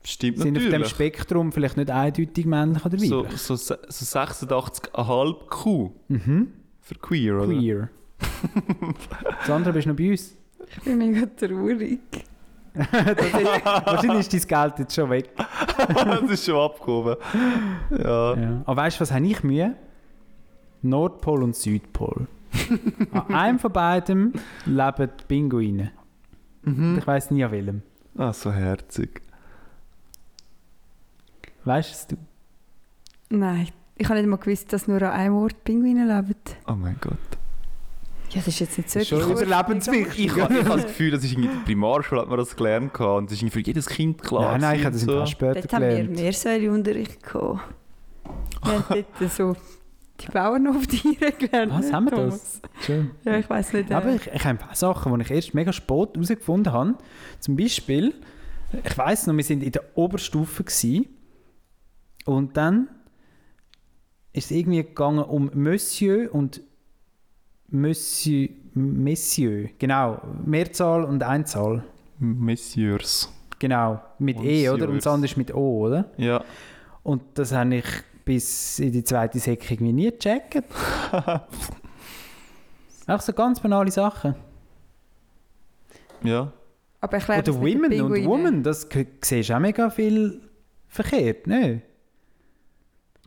Speaker 4: Stimmt
Speaker 3: sind auf dem
Speaker 4: natürlich.
Speaker 3: Spektrum vielleicht nicht eindeutig männlich oder
Speaker 4: so,
Speaker 3: weiblich.
Speaker 4: so, se- so 86,5 Q
Speaker 3: Mhm.
Speaker 4: für queer, oder?
Speaker 3: Queer. Sandra, bist du noch bei uns? *laughs*
Speaker 5: Ich bin mega traurig.
Speaker 3: Das ist, wahrscheinlich ist dein Geld jetzt schon weg.
Speaker 4: *laughs* das ist schon abgehoben. Ja.
Speaker 3: Ja. Aber weißt du, was habe ich Mühe? Nordpol und
Speaker 4: *laughs*
Speaker 3: Südpol. an einem von beidem leben die Pinguine. Und
Speaker 4: Mhm.
Speaker 3: Ich weiß nie an welchem.
Speaker 4: Ah, so herzig.
Speaker 3: Weißt du?
Speaker 5: Nein, ich habe nicht mal gewusst, dass nur an einem Ort Pinguine leben.
Speaker 4: Oh mein Gott.
Speaker 5: Ja, das ist jetzt nicht so
Speaker 3: Ist schon
Speaker 5: kurz-
Speaker 3: überlebenswichtig.
Speaker 4: Ich, habe- ich
Speaker 3: *laughs*
Speaker 4: habe das Gefühl, das ist irgendwie in der Primarschule hat man das gelernt gehabt und das ist irgendwie für jedes Kind klar.
Speaker 3: nein, nein, ich habe das
Speaker 4: gewesen
Speaker 3: im Fall
Speaker 4: und
Speaker 3: später
Speaker 5: Dort haben wir
Speaker 3: gelernt.
Speaker 5: Meersäuleunterricht gehabt. Wir haben
Speaker 3: *laughs*
Speaker 5: dort so die Bauernhoftiere gelernt.
Speaker 3: Was,
Speaker 5: ne,
Speaker 3: haben wir
Speaker 5: Thomas?
Speaker 3: Schön.
Speaker 5: Ja, ich weiß nicht. Äh,
Speaker 3: Aber ich, ich habe ein paar Sachen, die ich erst mega spät herausgefunden habe. Zum Beispiel, ich weiß noch, wir sind in der Oberstufe gewesen, und dann ist es irgendwie gegangen um Monsieur und Monsieur, Monsieur, genau, Mehrzahl und Einzahl,
Speaker 4: Messieurs.
Speaker 3: genau, mit E, oder? Und
Speaker 4: Monsieurs.
Speaker 3: das andere ist mit O, oder?
Speaker 4: Ja.
Speaker 3: Und das habe ich bis in die zweite Säcke irgendwie nie gecheckt. Auch so ganz banale Sachen.
Speaker 4: Ja.
Speaker 5: aber ich lerne das
Speaker 3: Oder
Speaker 5: mit den
Speaker 3: Women und
Speaker 5: Pinguinen.
Speaker 3: Women, das g- siehst du auch mega viel verkehrt, ne?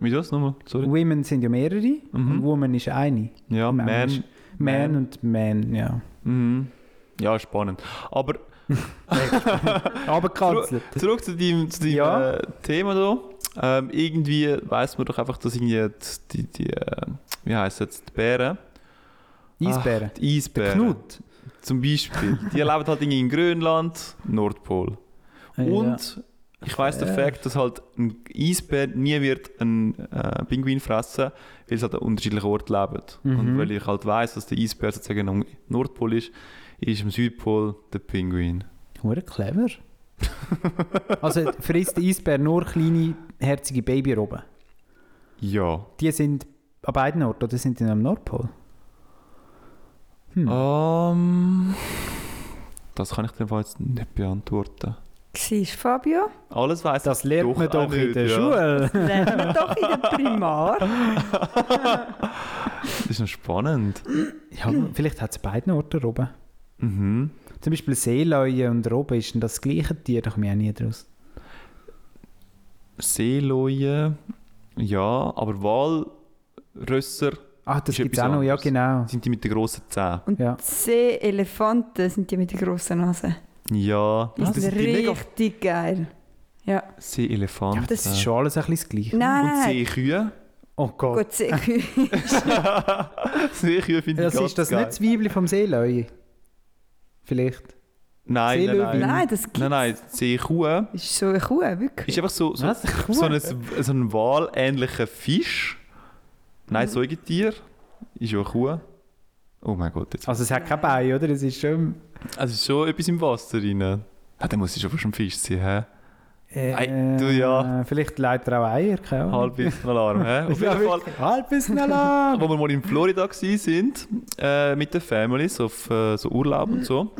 Speaker 4: Wieso das nochmal? Sorry.
Speaker 3: Women sind ja mehrere und Woman ist eine.
Speaker 4: Mhm. Ja,
Speaker 3: Man
Speaker 4: man.
Speaker 3: ist- Man,
Speaker 4: Man.
Speaker 3: und Man, ja.
Speaker 4: Mhm. Ja, spannend. Aber
Speaker 3: Aber gekanzelt.
Speaker 4: Zurück zu deinem, zu deinem
Speaker 3: Ja.
Speaker 4: äh, Thema da. Ähm, irgendwie weiß man doch einfach, dass irgendwie die, die, die äh, wie heißt jetzt, die Bären,
Speaker 3: Eisbären.
Speaker 4: die
Speaker 3: Der
Speaker 4: Eisbären
Speaker 3: Knut.
Speaker 4: zum Beispiel, die leben halt irgendwie in Grönland, Nordpol.
Speaker 3: Äh,
Speaker 4: Und ich weiß den
Speaker 3: Fair.
Speaker 4: Fakt, dass halt ein Eisbär nie wird einen äh, Pinguin fressen, weil sie halt an unterschiedlichen Orten leben.
Speaker 3: Mhm.
Speaker 4: Und weil ich halt weiß, dass der Eisbär sozusagen am Nordpol ist, ist am Südpol der Pinguin.
Speaker 3: Ja. Hure clever. *laughs* also frisst der Eisbär nur kleine, herzige Babyrobben.
Speaker 4: Ja.
Speaker 3: Die sind an beiden Orten oder sind die am Nordpol? Hm.
Speaker 4: Ähm, das kann ich dir einfach jetzt nicht beantworten.
Speaker 5: Siehst du, Fabio?
Speaker 4: Alles weiß
Speaker 3: Das lernt man doch in der
Speaker 4: ja.
Speaker 3: Schule.
Speaker 4: *laughs*
Speaker 5: Lernen wir doch in der Primar.
Speaker 4: Das ist noch spannend.
Speaker 3: Ja, aber vielleicht hat es beiden Orten Robben.
Speaker 4: Mhm.
Speaker 3: Zum Beispiel Seeleue und Robben ist denn das gleiche Tier, da komme ich auch nie draus.
Speaker 4: Seeleue, ja, aber Walrösser
Speaker 3: Ah, das
Speaker 4: Ist
Speaker 3: gibt es
Speaker 4: etwas
Speaker 3: auch noch, ja
Speaker 4: anderes.
Speaker 3: genau.
Speaker 4: Sind die mit den grossen Zähnen?
Speaker 3: Ja.
Speaker 5: Seeelefanten sind die mit der grossen Nase.
Speaker 4: Ja.
Speaker 5: Die sind richtig geil. Ja.
Speaker 4: Seeelefanten.
Speaker 3: Ja, das ist schon alles ein bisschen das Gleiche.
Speaker 5: Nein,
Speaker 4: Und
Speaker 5: nein.
Speaker 4: Seekühe? *laughs*
Speaker 3: Oh Gott.
Speaker 5: Gut, Seekühe.
Speaker 4: Seekühe finde ich
Speaker 3: Das
Speaker 4: ganz
Speaker 3: ist das
Speaker 4: geil.
Speaker 3: nicht das Weibli vom Seelöwe? Vielleicht.
Speaker 4: Nein, nein, nein.
Speaker 3: Seelöwin?
Speaker 4: Nein,
Speaker 5: nein, das gibt's.
Speaker 4: nein. Seekuh
Speaker 5: Ist so eine Kuh,
Speaker 4: ist
Speaker 5: wirklich.
Speaker 4: einfach so, so,
Speaker 3: Was? Kuh?
Speaker 4: so, ein, so ein wahlähnlicher Fisch. Nein, Säugetier. Ist ja eine Kuh. Oh mein Gott, jetzt.
Speaker 3: Also es hat kein Bein, oder? Das ist schon...
Speaker 4: Also ist schon etwas im Wasser rein. Ah, dann muss ich schon fast ein Fisch sein, hä?
Speaker 3: Äh,
Speaker 4: Ei, du, ja.
Speaker 3: Vielleicht leitet er auch Eier, keine Ahnung. *laughs*
Speaker 4: Halb bisschen Alarm, *laughs* hä? Auf jeden Fall.
Speaker 3: Halb ist ein Alarm.
Speaker 4: Wo wir mal in Florida waren, äh, mit den Families auf äh, so Urlaub und so.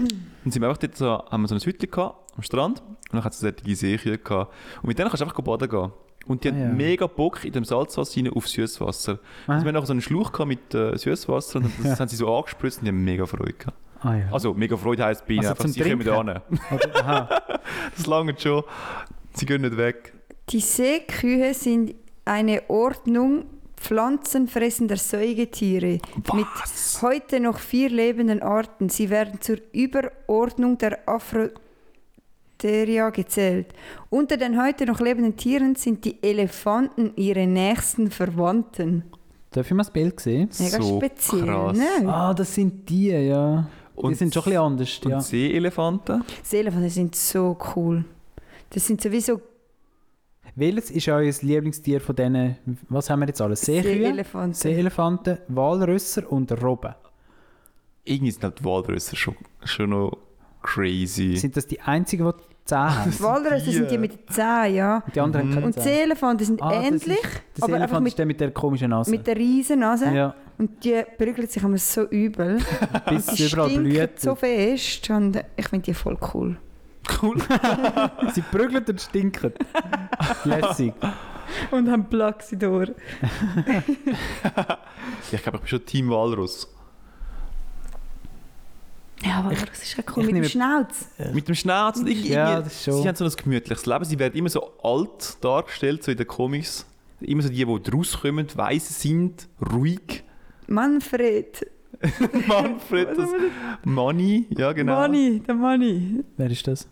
Speaker 4: Und sind wir einfach dort so, haben wir so ein Hütchen gehabt, am Strand. Und dann hat es so solche Seekühe gehabt. Und mit denen kannst du einfach baden gehen. Und die
Speaker 3: Ah,
Speaker 4: haben
Speaker 3: ja.
Speaker 4: mega Bock in dem Salzwasser rein auf Süßwasser.
Speaker 3: Ah.
Speaker 4: Also wir haben nachher so einen Schlauch gehabt mit äh, Süßwasser und das
Speaker 3: Ja.
Speaker 4: haben sie so angespritzt und die haben mega Freude gehabt.
Speaker 3: Ah, ja.
Speaker 4: Also mega Freude heisst bei ihnen
Speaker 3: Also
Speaker 4: einfach,
Speaker 3: zum
Speaker 4: sie kommen da hin.
Speaker 3: *laughs* Oder- Aha.
Speaker 4: Das lange schon. Sie gehen nicht weg.
Speaker 5: Die Seekühe sind eine Ordnung pflanzenfressender Säugetiere.
Speaker 4: Was?
Speaker 5: Mit heute noch vier lebenden Arten. Sie werden zur Überordnung der Aphroditeria gezählt. Unter den heute noch lebenden Tieren sind die Elefanten ihre nächsten Verwandten.
Speaker 3: Darf ich mal das Bild sehen?
Speaker 5: Mega
Speaker 4: So
Speaker 5: speziell.
Speaker 4: krass.
Speaker 5: Ne?
Speaker 3: Ah, das sind die, ja.
Speaker 4: Und-
Speaker 3: die sind schon ein bisschen anders,
Speaker 4: Und
Speaker 3: ja.
Speaker 4: Seeelefanten?
Speaker 5: Die Elefanten sind so cool. Das sind sowieso
Speaker 3: Welches ist euer Lieblingstier von diesen, was haben wir jetzt alles? Seekühe,
Speaker 5: Seeelefanten.
Speaker 3: Seeelefanten, Walrösser und Robben.
Speaker 4: Irgendwie sind halt die Walrösser schon, schon noch crazy.
Speaker 3: Sind das die einzigen, die Zähne haben?
Speaker 5: Walrösser sind die
Speaker 4: Tiere.
Speaker 5: mit den Zehen, ja.
Speaker 3: Die anderen haben keine
Speaker 5: Und
Speaker 3: Zähne.
Speaker 5: Seelefanten sind
Speaker 3: Ah, das
Speaker 5: ähnlich,
Speaker 3: Der
Speaker 5: aber einfach
Speaker 3: Seeelefant ist
Speaker 5: mit,
Speaker 3: der mit der komischen Nase.
Speaker 5: mit der riesen Nase.
Speaker 3: ja,
Speaker 5: Und die prügeln sich immer so
Speaker 3: *laughs*
Speaker 5: übel.
Speaker 3: bis
Speaker 5: Die
Speaker 3: sie überall
Speaker 5: stinken
Speaker 3: blüht.
Speaker 5: so fest. Und ich finde die voll cool.
Speaker 4: *laughs* Cool.
Speaker 3: Sie prügeln und stinken.
Speaker 5: *laughs*
Speaker 3: Lässig.
Speaker 5: Und haben Plaxidor.
Speaker 4: Ich glaube, ich bin schon Team Walrus.
Speaker 5: Ja, aber das ist ja
Speaker 3: ich
Speaker 5: cool. Mit dem
Speaker 3: nehme-
Speaker 5: Schnauz.
Speaker 4: Mit dem Schnauzen. Ich,
Speaker 3: Ja,
Speaker 4: irgendwie-
Speaker 3: das schon.
Speaker 4: Sie haben so ein gemütliches Leben. Sie werden immer so alt dargestellt, so in den Comics. Immer so die, die rauskommen, weiss sind,
Speaker 3: *laughs*
Speaker 4: ruhig.
Speaker 5: Manfred.
Speaker 4: Manfred, das Money, ja genau.
Speaker 5: Manni, der Manni.
Speaker 3: Wer ist das?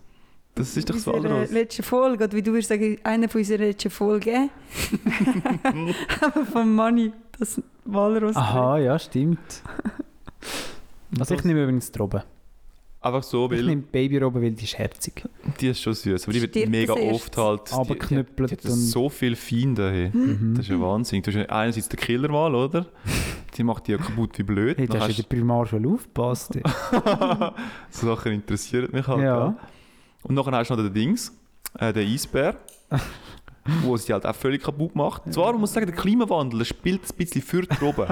Speaker 4: Das ist doch das
Speaker 5: In unserer
Speaker 4: Walrus.
Speaker 5: letzten Folge, oder wie du würdest sagen, einer von unserer
Speaker 3: *laughs*
Speaker 5: letzten Folgen. *laughs* aber vom Manni, das Walross.
Speaker 3: Aha, ja,
Speaker 5: *laughs*
Speaker 3: stimmt. Also ich nehme übrigens die Robbe.
Speaker 4: Einfach so,
Speaker 3: Ich
Speaker 4: weil
Speaker 3: nehme die Babyrobbe, weil die ist herzig.
Speaker 4: die ist schon süß. Aber die wird
Speaker 5: Stirbt
Speaker 4: mega
Speaker 5: als
Speaker 4: oft halt.
Speaker 3: Aber
Speaker 4: die, die, die
Speaker 3: knüppelt
Speaker 4: hat
Speaker 3: und... Hm. Mhm.
Speaker 4: so viele Feinde. Hey. Das ist ja Wahnsinn. Du hast ja einerseits den Killer mal, oder?
Speaker 3: *laughs*
Speaker 4: Die macht die ja kaputt wie blöd.
Speaker 3: Hey, du
Speaker 4: Dann
Speaker 3: hast in der Primarschule aufgepasst.
Speaker 5: Mhm.
Speaker 4: so *laughs* Sachen interessieren mich halt.
Speaker 3: ja.
Speaker 4: Ja. Und nachher hast du noch den Dings, äh, den
Speaker 3: *laughs*
Speaker 4: Eisbär, wo sie halt auch völlig kaputt macht. Zwar, man muss sagen, der Klimawandel der spielt ein bisschen für die
Speaker 3: *laughs*
Speaker 4: Robben.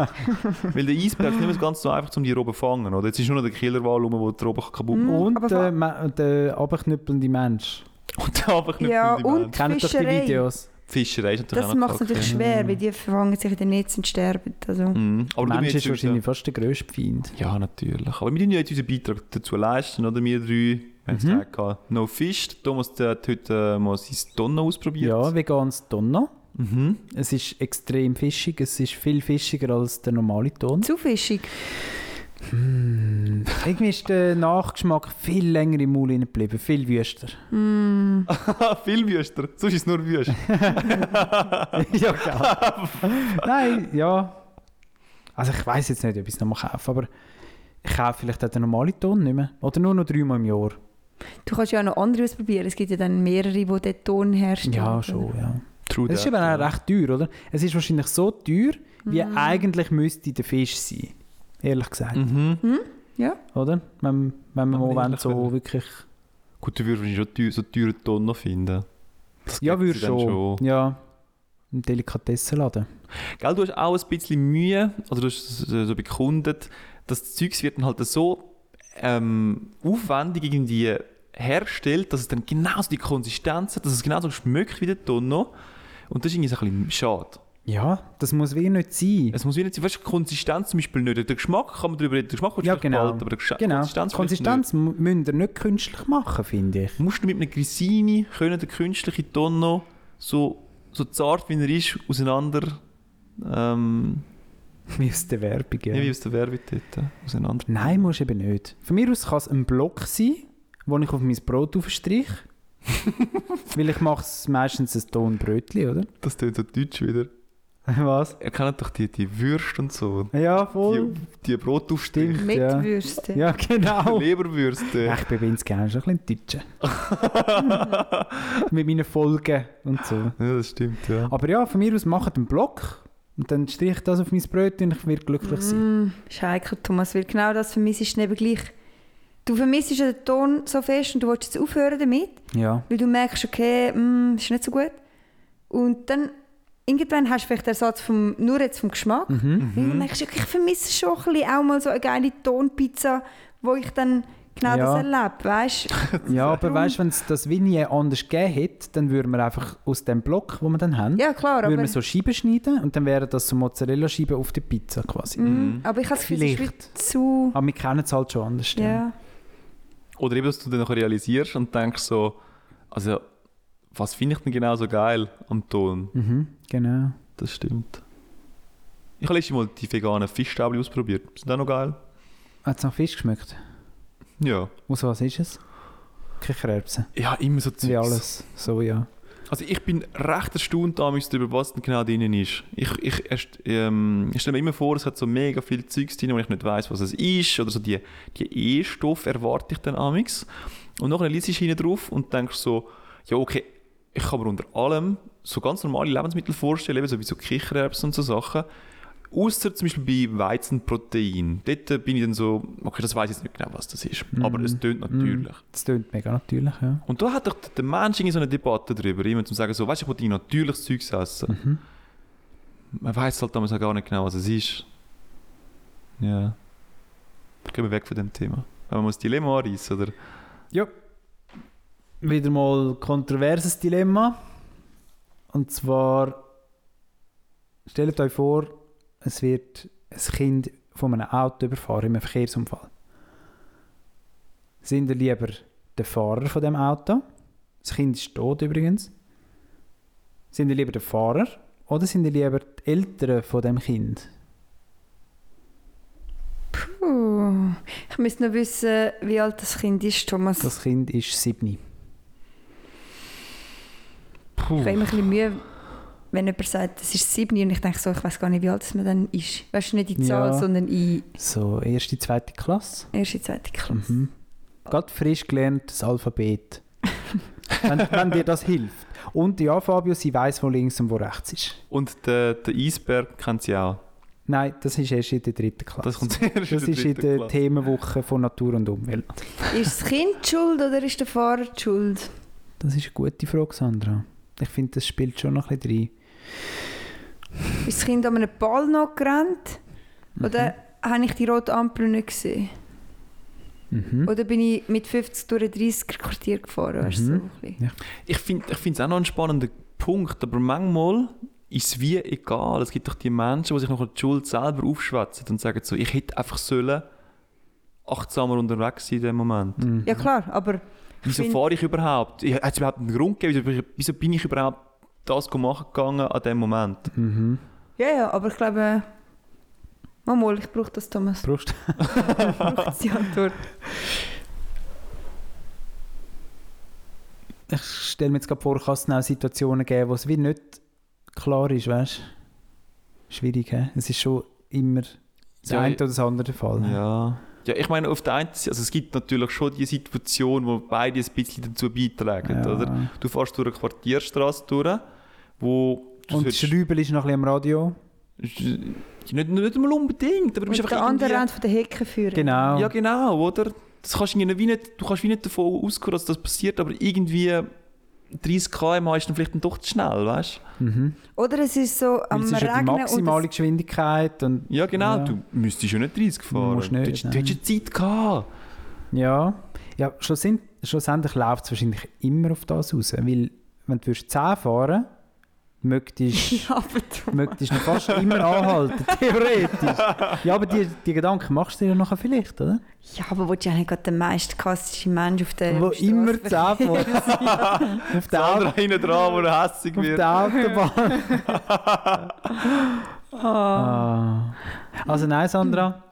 Speaker 4: Weil der Eisbär ist nicht mehr so ganz so einfach, um die Robben zu fangen. Oder? Jetzt ist nur noch der Killerwal rum, der die Robben kaputt macht.
Speaker 5: aber
Speaker 3: Und
Speaker 5: vor-
Speaker 3: der, Ma- der abknüppelnde Mensch.
Speaker 4: Und dann einfach nicht
Speaker 5: Ja,
Speaker 4: die
Speaker 5: und
Speaker 4: Menschen.
Speaker 3: Kennt doch die
Speaker 5: Fischerei.
Speaker 3: Videos.
Speaker 4: Die Fischerei ist natürlich
Speaker 5: Das
Speaker 4: auch noch
Speaker 5: macht es
Speaker 4: kacke.
Speaker 5: natürlich schwer, weil die verfangen sich in den Netz und sterben. Also.
Speaker 4: Mhm. Aber du
Speaker 3: Mensch
Speaker 4: willst
Speaker 3: ist
Speaker 4: jetzt
Speaker 3: wahrscheinlich fast der grösste Feind.
Speaker 4: Ja, natürlich. Aber wir müssen ja jetzt unseren Beitrag dazu leisten, oder? Wir drei. Wir haben
Speaker 3: Mhm.
Speaker 4: es gesagt, gehabt, no fish. Thomas der hat heute äh, mal sein Donner ausprobiert.
Speaker 3: Ja, veganes Donner.
Speaker 4: Mhm.
Speaker 3: Es ist extrem fischig. Es ist viel fischiger als der normale Ton.
Speaker 5: Zu fischig.
Speaker 3: *laughs* Irgendwie ist der Nachgeschmack viel länger im Mund hängen geblieben, viel wüster.
Speaker 4: *laughs* Viel Wüster. Ah, Sonst ist es nur Wüster.
Speaker 3: *laughs* ja, genau. *laughs* Nein, ja. Also ich weiß jetzt nicht, ob ich es nochmal kaufe, aber ich kaufe vielleicht auch den normalen Ton nicht mehr. Oder nur noch dreimal im Jahr.
Speaker 5: Du kannst ja auch noch andere ausprobieren. Es gibt ja dann mehrere, die den Ton herstellen.
Speaker 3: Ja, schon, ja.
Speaker 4: True
Speaker 3: Es ist
Speaker 4: that,
Speaker 3: eben
Speaker 4: ja.
Speaker 3: auch recht teuer, oder? Es ist wahrscheinlich so teuer, wie eigentlich müsste der Fisch sein. Ehrlich gesagt,
Speaker 4: Mhm.
Speaker 3: oder? Wenn, wenn man
Speaker 4: Wenn man
Speaker 3: mal wollen,
Speaker 4: ehrlich
Speaker 3: so
Speaker 4: wäre.
Speaker 3: wirklich...
Speaker 4: Gut, du würdest wahrscheinlich schon teuer, so teure Tonnen finden. Das
Speaker 3: Ja,
Speaker 4: gibt
Speaker 3: würde
Speaker 4: sie dann
Speaker 3: schon. Ja. Im Delikatessenladen.
Speaker 4: Gell, du hast auch ein bisschen Mühe, oder du hast es, äh, so bekundet, dass das Zeugs wird dann halt so ähm, aufwendig irgendwie herstellt, dass es dann genauso die Konsistenz hat, dass es genauso schmeckt wie der Tonno. Und das ist irgendwie so ein bisschen schade.
Speaker 3: Ja, das muss wie nicht sein.
Speaker 4: Es muss wie nicht sein, weißt du, die Konsistenz zum Beispiel nicht. Der Geschmack kann man darüber reden, der Geschmack wird
Speaker 3: Ja,
Speaker 4: vielleicht
Speaker 3: genau.
Speaker 4: behalten, aber der Gesch-
Speaker 3: Genau.
Speaker 4: Konsistenz,
Speaker 3: Konsistenz,
Speaker 4: vielleicht
Speaker 3: Konsistenz mu- müsst ihr nicht künstlich machen, finde ich. *laughs*
Speaker 4: musst du mit einem Grisini können den künstlichen Tonno so, so zart wie er ist auseinander ähm,
Speaker 3: Wie aus der Werbung. ja.
Speaker 4: Nicht wie aus der Werbung dort. äh, Auseinander.
Speaker 3: Nein, musst eben nicht. Von mir aus kann es ein Block sein, wo ich auf mein Brot aufstreiche. *laughs* Weil ich mache es meistens ein Tonbrötli, oder?
Speaker 4: Das tönt so deutsch wieder.
Speaker 3: Was?
Speaker 4: Ihr kennt doch die, die Würste und so.
Speaker 3: Ja,
Speaker 4: Die,
Speaker 3: voll.
Speaker 4: die Brotaufstriche.
Speaker 5: Mit
Speaker 3: Ja.
Speaker 5: Würste.
Speaker 3: Ja,
Speaker 4: *laughs*
Speaker 3: genau.
Speaker 4: Leberwürste.
Speaker 3: Ich bin Vince Gern, schon ein bisschen Deutscher. Mit meinen Folgen und so.
Speaker 4: Ja, das stimmt, ja.
Speaker 3: Aber ja, von mir aus macht einen Block und dann streiche ich das auf mein Brötli und ich werde glücklich sein.
Speaker 5: Mm, ist heikel, Thomas, weil genau das vermisst du eben gleich. Du vermisst ja den Ton so fest und du willst jetzt aufhören damit,
Speaker 3: Ja.
Speaker 5: weil du merkst, okay, mm, ist nicht so gut. Und dann irgendwann hast du vielleicht den Satz vom, nur jetzt vom Geschmack. *laughs*
Speaker 3: Mhm.
Speaker 5: Weil du merkst, ich vermisse schon ein bisschen auch mal so eine geile Tonpizza, wo ich dann genau
Speaker 3: Ja.
Speaker 5: das erlebe, weißt
Speaker 3: *laughs* Ja, aber weißt du, wenn es das Vinie anders gegeben hätte, dann würden wir einfach aus dem Block, wo wir dann haben,
Speaker 5: Ja, klar,
Speaker 3: würden
Speaker 5: aber,
Speaker 3: wir so Scheiben schneiden und dann wären das so Mozzarella-Scheiben auf der Pizza quasi.
Speaker 5: Mhm, aber ich habe das Gefühl, es ist
Speaker 3: Vielleicht.
Speaker 5: wie zu...
Speaker 3: Aber wir kennen es halt schon anders. ja.
Speaker 5: Ja.
Speaker 4: Oder eben, dass du dann noch realisierst und denkst so, also, was finde ich denn genau so geil am Ton?
Speaker 3: Mhm, genau.
Speaker 4: Das stimmt. Ich habe letztes Mal die veganen Fischstäbli ausprobiert. Sind auch noch geil?
Speaker 3: Hat es nach Fisch geschmeckt?
Speaker 4: Ja.
Speaker 3: Aus was ist es? Kichererbsen.
Speaker 4: Ja, immer so
Speaker 3: Wie
Speaker 4: Zeugs.
Speaker 3: alles. So, ja.
Speaker 4: Also ich bin recht erstaunt damals darüber, was denn genau drinnen ist. Ich, ich, erst- ähm, ich stelle mir immer vor, es hat so mega viel Zeugs drin, wo ich nicht weiß, was es ist. Oder so die, die E-Stoff erwarte ich dann amix. Und nachher liest ich hinten drauf und denkst so, ja okay, ich kann mir unter allem so ganz normale Lebensmittel vorstellen, eben so wie so Kichererbsen und so Sachen. Außer zum Beispiel bei Weizenprotein. Dort bin ich dann so, okay, das weiß ich jetzt nicht genau, was das ist. Aber es tönt
Speaker 3: Mhm.
Speaker 4: natürlich.
Speaker 3: Das tönt mega natürlich, ja.
Speaker 4: Und da hat doch der Mensch irgendwie so eine Debatte darüber, immer zu sagen, so, weißt du, ich wollte natürliches Zeugs essen.
Speaker 3: Mhm.
Speaker 4: Man weiß halt damals auch gar nicht genau, was es ist. Ja. Da gehen wir weg von dem Thema. Wenn man muss Dilemma anreißen, oder?
Speaker 3: Wieder mal kontroverses Dilemma. Und zwar, stellt euch vor, es wird ein Kind von einem Auto überfahren im Verkehrsunfall. Sind ihr lieber der Fahrer von dem Auto? Das Kind ist tot übrigens. Sind ihr lieber der Fahrer oder sind ihr lieber die Eltern von dem Kind?
Speaker 5: Puh. Ich müsste noch wissen, wie alt das Kind ist, Thomas.
Speaker 3: Das Kind ist sieben.
Speaker 5: Ich habe immer ein bisschen Mühe, wenn jemand sagt, es ist 7 und ich denke so, ich weiß gar nicht, wie alt es man dann ist. Weißt du, nicht die Zahl,
Speaker 3: Ja.
Speaker 5: sondern in
Speaker 3: So erste, zweite Klasse.
Speaker 5: erste, zweite Klasse.
Speaker 3: Mhm. Gerade frisch gelerntes
Speaker 4: *laughs*
Speaker 3: Alphabet. wenn, wenn dir das hilft. Und ja, Fabio, sie weiß, wo links und wo rechts ist.
Speaker 4: Und der, der Eisberg kennt sie auch.
Speaker 3: Nein, das ist erst in der dritten Klasse.
Speaker 4: Das kommt erst
Speaker 3: Das ist in
Speaker 4: dritten
Speaker 3: der
Speaker 4: Klasse.
Speaker 3: Themenwoche von Natur und Umwelt.
Speaker 5: Ist das Kind die schuld oder ist der Fahrer die schuld?
Speaker 3: Das ist eine gute Frage, Sandra. Ich finde, das spielt schon noch ein bisschen
Speaker 5: Ist das Kind an einem Ball noch gerannt?
Speaker 3: rein.
Speaker 5: Oder habe ich die rote Ampel nicht gesehen?
Speaker 3: Mhm. Mhm.
Speaker 5: Oder bin ich mit 50 durch ein 30er-Quartier gefahren? Weißt du, so ein bisschen.
Speaker 4: Ich finde es auch noch einen spannenden Punkt, aber manchmal ist es wie egal. Es gibt doch die Menschen, die sich noch die Schuld selber aufschwätzen und sagen so, ich hätte einfach sollen achtsamer unterwegs sein in dem Moment.
Speaker 3: Mhm.
Speaker 5: Ja, klar, aber
Speaker 4: Wieso
Speaker 5: find-
Speaker 4: fahre ich überhaupt? Ich- Hat es überhaupt einen Grund gegeben? Wieso, wieso bin ich überhaupt das machen gegangen an dem Moment?
Speaker 3: Mhm.
Speaker 5: ja, ja, aber ich glaube. Mal, mal ich brauche das,
Speaker 3: *laughs*
Speaker 5: Thomas.
Speaker 3: Brust.
Speaker 5: Ich brauche die Antwort.
Speaker 3: Ich stelle mir jetzt gerade vor, kann es auch Situationen geben, wo es wie nicht klar ist, weißt du? Schwierig, hä? Es ist schon immer das
Speaker 4: Ja,
Speaker 3: eine
Speaker 4: ich-
Speaker 3: oder das andere Fall. hä?
Speaker 4: Ja. Ja, ich meine, auf der einen Seite, also es gibt natürlich schon die Situation, wo beide ein bisschen dazu beitragen,
Speaker 3: Ja.
Speaker 4: oder? Du fährst durch eine Quartierstraße durch, wo... du
Speaker 3: Und das
Speaker 4: sollst-
Speaker 3: Schrübel ist noch ein bisschen am Radio.
Speaker 4: Nicht, nicht mal unbedingt, aber du bist
Speaker 5: Mit der
Speaker 4: einfach
Speaker 5: anderen
Speaker 4: irgendwie...
Speaker 5: Ende von der Hecke führen.
Speaker 3: Genau.
Speaker 4: Ja, genau, oder? Das kannst du, irgendwie wie nicht, du kannst wie nicht davon ausgehen, dass das passiert, aber irgendwie 30 km/h ist dann vielleicht dann doch zu schnell, weißt du?
Speaker 3: Mhm.
Speaker 5: Oder es ist so
Speaker 3: Weil
Speaker 5: am
Speaker 3: es ist ja die
Speaker 5: Regnen
Speaker 3: maximale
Speaker 5: und
Speaker 3: Geschwindigkeit. Und,
Speaker 4: Ja, genau,
Speaker 3: Ja.
Speaker 4: du müsstest ja nicht 30 fahren.
Speaker 3: Musst nicht,
Speaker 4: du, hättest- du
Speaker 3: nein.
Speaker 4: hättest ja Zeit gehabt.
Speaker 3: ja. ja, schlussend- schlussendlich läuft es wahrscheinlich immer auf das raus. Weil, wenn du würdest 10 fahren möchtest
Speaker 5: das... *laughs* *laughs* Ja, aber du-
Speaker 3: möchtest du noch fast immer anhalten, theoretisch. Ja, aber die, die Gedanken machst du dir ja nachher vielleicht, oder?
Speaker 5: ja, aber willst du ja nicht gerade der meist klassische Mensch auf der
Speaker 3: Wo
Speaker 5: Straße
Speaker 3: immer 10
Speaker 5: werden?
Speaker 3: fahren. auf
Speaker 4: Der
Speaker 3: der
Speaker 4: andere hinten dran, der hässig
Speaker 3: Auf
Speaker 4: wird. *laughs*
Speaker 3: der Autobahn.
Speaker 5: Ah.
Speaker 3: Ah. Also nein, Sandra,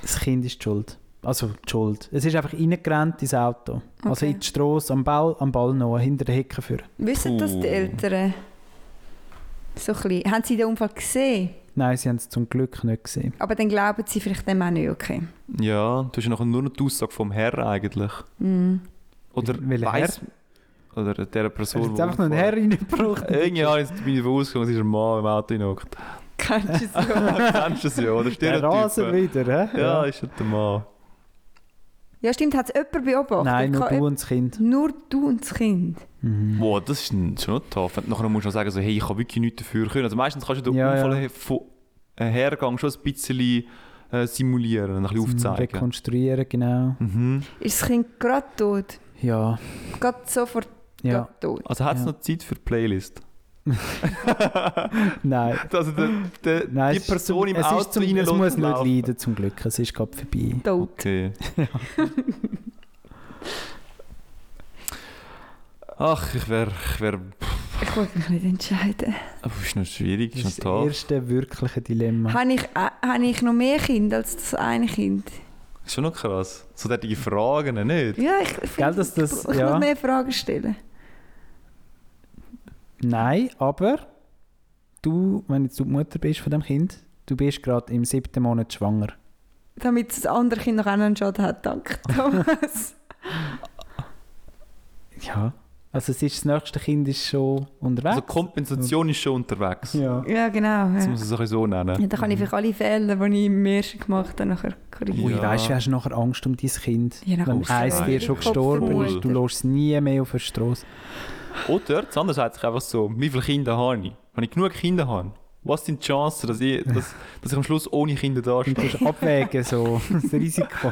Speaker 3: das Kind ist die schuld. Also die schuld. Es ist einfach reingerannt ins Auto. Also
Speaker 5: Okay.
Speaker 3: in die Strasse, am Ball, am Ball noch, hinter der Hecke führen.
Speaker 5: Wissen das die
Speaker 4: Puh.
Speaker 5: Eltern? So ein bisschen. Haben sie den Unfall gesehen?
Speaker 3: Nein, sie haben es zum Glück nicht gesehen.
Speaker 5: Aber dann glauben sie vielleicht dem auch nicht, okay.
Speaker 4: Ja, du hast ja nachher nur noch die Aussage vom Herr eigentlich.
Speaker 5: Mhm.
Speaker 4: Oder
Speaker 3: Welcher
Speaker 4: weiss- Oder der
Speaker 3: So,
Speaker 4: Person,
Speaker 3: er hat jetzt einfach
Speaker 4: wo-
Speaker 3: noch einen Herr reingebracht.
Speaker 4: Irgendwie habe ich jetzt- bin ich davon ausgegangen, es ist ein Mann im Auto hineingehockt.
Speaker 5: *laughs* Kennst du so?
Speaker 4: *laughs* Kennst du das ja, oder?
Speaker 3: Der Rasen
Speaker 4: Stereotypen.
Speaker 3: wieder, hä?
Speaker 4: Ja, ist halt der Mann.
Speaker 5: *laughs* ja, stimmt, hat es jemand beobachtet?
Speaker 3: Nein, nur
Speaker 5: Kann
Speaker 3: du und das Kind.
Speaker 5: jemand- nur du und das Kind.
Speaker 3: Mhm.
Speaker 4: Boah, das ist n- schon noch tough. Und nachher musst du noch sagen, so, hey, ich habe wirklich nichts dafür können. Also meistens kannst du den
Speaker 3: Ja, ja.
Speaker 4: Unfall von äh, Hergang schon ein bisschen äh, simulieren, ein bisschen
Speaker 3: Zum
Speaker 4: aufzeigen.
Speaker 3: Rekonstruieren, genau.
Speaker 4: Mhm.
Speaker 5: Ist das Kind gerade tot?
Speaker 3: Ja,
Speaker 5: Gerade sofort
Speaker 3: ja.
Speaker 5: gerade tot?
Speaker 4: Also hat es
Speaker 3: Ja.
Speaker 4: noch Zeit für die Playlist?
Speaker 3: Nein.
Speaker 4: *laughs* also der, der,
Speaker 3: Nein,
Speaker 4: die
Speaker 3: es ist
Speaker 4: Person
Speaker 3: zum,
Speaker 4: im
Speaker 3: es ist
Speaker 4: Auto
Speaker 3: zum,
Speaker 4: rein
Speaker 3: Es muss
Speaker 4: lässt
Speaker 3: nicht
Speaker 4: laufen.
Speaker 3: leiden, zum Glück. Es ist gerade vorbei.
Speaker 5: Tot.
Speaker 4: Okay. Ach, ich wäre... Ich wär,
Speaker 5: Ich wollte mich nicht entscheiden.
Speaker 4: pff, ist noch schwierig,
Speaker 3: Das
Speaker 4: ist
Speaker 3: ist
Speaker 4: noch
Speaker 3: das
Speaker 4: tough.
Speaker 3: erste wirkliche Dilemma.
Speaker 5: Habe ich, äh, habe ich noch mehr Kinder als das eine Kind?
Speaker 4: Ist schon noch krass. So derartige Fragen, nicht?
Speaker 5: Ja, ich, ich,
Speaker 3: Gell, dass das-
Speaker 5: ich, ich
Speaker 3: ja.
Speaker 5: muss mehr Fragen stellen.
Speaker 3: Nein, aber du, wenn jetzt du die Mutter bist von dem Kind, du bist gerade im siebten Monat schwanger.
Speaker 5: Damit das andere Kind noch einen Schaden hat. Danke, *laughs*
Speaker 3: *laughs*
Speaker 5: Thomas.
Speaker 3: Ja. Also es ist, das nächste Kind ist schon unterwegs.
Speaker 4: Also Kompensation ist schon unterwegs.
Speaker 3: ja.
Speaker 5: ja, genau.
Speaker 4: Das
Speaker 5: Ja.
Speaker 4: muss ich es ein bisschen so nennen.
Speaker 5: Ja, dann kann ich vielleicht alle Fehler, die ich im ersten gemacht habe, nachher korrigieren.
Speaker 3: Ui,
Speaker 4: Oh Ja.
Speaker 3: weisst du, hast du nachher Angst um dein Kind.
Speaker 5: Je nach
Speaker 3: wenn
Speaker 5: Aussage.
Speaker 3: eins dir schon
Speaker 4: Kopf
Speaker 3: gestorben ist,
Speaker 5: vermutet.
Speaker 3: du lässt es nie mehr auf der Straße.
Speaker 4: Oder, das andere sagt sich einfach so, wie viele Kinder habe ich? Wenn ich genug Kinder habe, was sind die Chancen, dass ich, dass, dass ich am Schluss ohne Kinder
Speaker 3: Und du
Speaker 4: dastehe?
Speaker 3: musst abwägen, so das Risiko.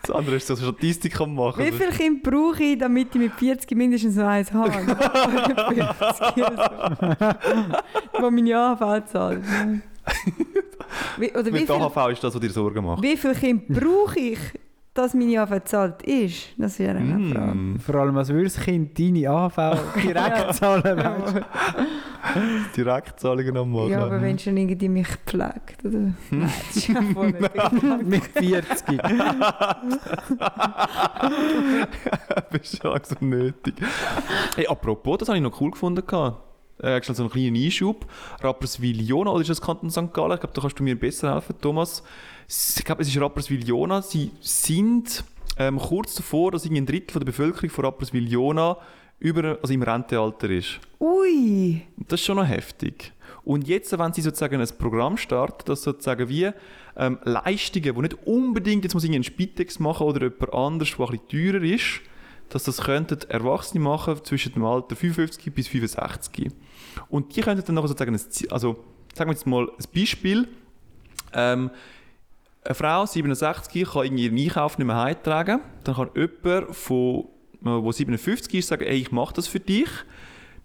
Speaker 4: Das andere ist so Statistik am machen.
Speaker 5: Wie viele Kinder brauche ich, damit ich mit 40 mindestens noch eins
Speaker 4: *laughs*
Speaker 5: habe? *laughs* Oder 50 oder so. Wo meine AHV zahlt. Wie- Oder wie
Speaker 4: Mit
Speaker 5: viele
Speaker 4: AHV ist das, was dir Sorgen macht.
Speaker 5: Wie viel Kind brauche ich, dass meine AV bezahlt ist? Das wäre eine Frage.
Speaker 4: Mm,
Speaker 3: Vor allem, als würde das Kind deine AHV direkt zahlen. weisst du?
Speaker 4: Direktzahlungen am Morgen.
Speaker 5: Ja, aber wenn schon irgendwie mich pflegt, oder? Nein, das ist ja voll
Speaker 4: *laughs*
Speaker 5: nicht.
Speaker 3: Mit 40.
Speaker 4: *laughs* bist du langsam nötig. Hey, apropos, das habe ich noch cool gefunden. gehabt. Äh, hast du noch so einen kleinen Einschub. Rapperswil-Jona, oder ist das Kanton St. Gallen? Ich glaube, da kannst du mir besser helfen, Thomas. S- Ich glaube, es ist Rapperswil-Jona. Sie sind ähm, kurz davor, dass irgendwie ein Drittel von der Bevölkerung von Rapperswil-Jona über, also im Rentenalter ist.
Speaker 5: Ui!
Speaker 4: Das ist schon noch heftig. Und jetzt, wenn sie sozusagen ein Programm starten, das sozusagen wie ähm, Leistungen, wo nicht unbedingt jetzt muss ich einen Spitex machen oder jemand anders, der ein bisschen teurer ist, dass das könnten Erwachsene machen zwischen dem Alter 55 bis 65. Und die könnten dann noch sozusagen, ein, Ziel- also sagen wir jetzt mal ein Beispiel, ähm, eine Frau, 67, kann irgendwie ihren Einkauf nicht mehr heimtragen. Dann kann jemand, von, äh, wo 57 ist, sagen, ey, ich mache das für dich.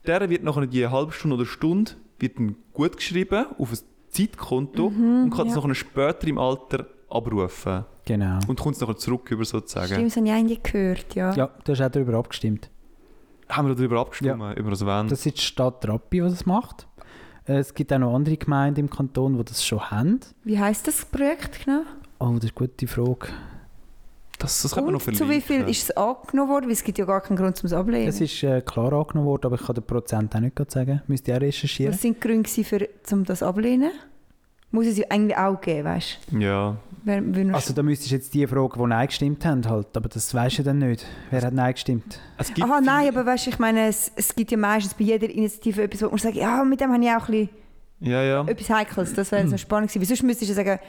Speaker 4: Der wird nachher die halbe Stunde oder Stunde wird dann gut geschrieben auf ein Zeitkonto und kann das
Speaker 5: Mhm, ja.
Speaker 4: nachher später im Alter abrufen.
Speaker 3: Genau.
Speaker 4: Und kommt es nachher zurück über sozusagen.
Speaker 5: Stimmt, das habe ich eigentlich gehört, ja.
Speaker 3: Ja, du hast auch darüber abgestimmt.
Speaker 4: Haben wir darüber abgestimmt, über das Event?
Speaker 3: Das ist die Stadt Rappi, die das macht. Äh, Es gibt auch noch andere Gemeinden im Kanton, die das schon haben.
Speaker 5: Wie heisst das Projekt genau?
Speaker 3: Oh, das ist eine gute Frage.
Speaker 4: das, das könnte man noch
Speaker 5: Und zu wie viel
Speaker 4: verlinken.
Speaker 5: ist es angenommen worden? Weil es gibt ja gar keinen Grund, um es ablehnen.
Speaker 3: Es ist äh, klar angenommen worden, aber ich kann den Prozent auch nicht gerade sagen. Müsste ich auch recherchieren.
Speaker 5: Was sind die Gründe, gewesen für, um das ablehnen? Muss es ja eigentlich auch geben, weißt
Speaker 4: Ja.
Speaker 5: du?
Speaker 3: Also da müsstest du jetzt die Fragen, die Nein gestimmt haben, halt. aber das weisst du dann nicht. Wer hat Nein gestimmt?
Speaker 4: Es gibt
Speaker 5: Aha, nein, aber weißt du, ich meine, es, es gibt ja meistens bei jeder Initiative etwas, wo man sagt, ja, mit dem habe ich auch ein bisschen
Speaker 4: Ja, ja.
Speaker 5: etwas Heikles. Das wäre jetzt noch spannend gewesen. Weil Sonst müsstest du sagen,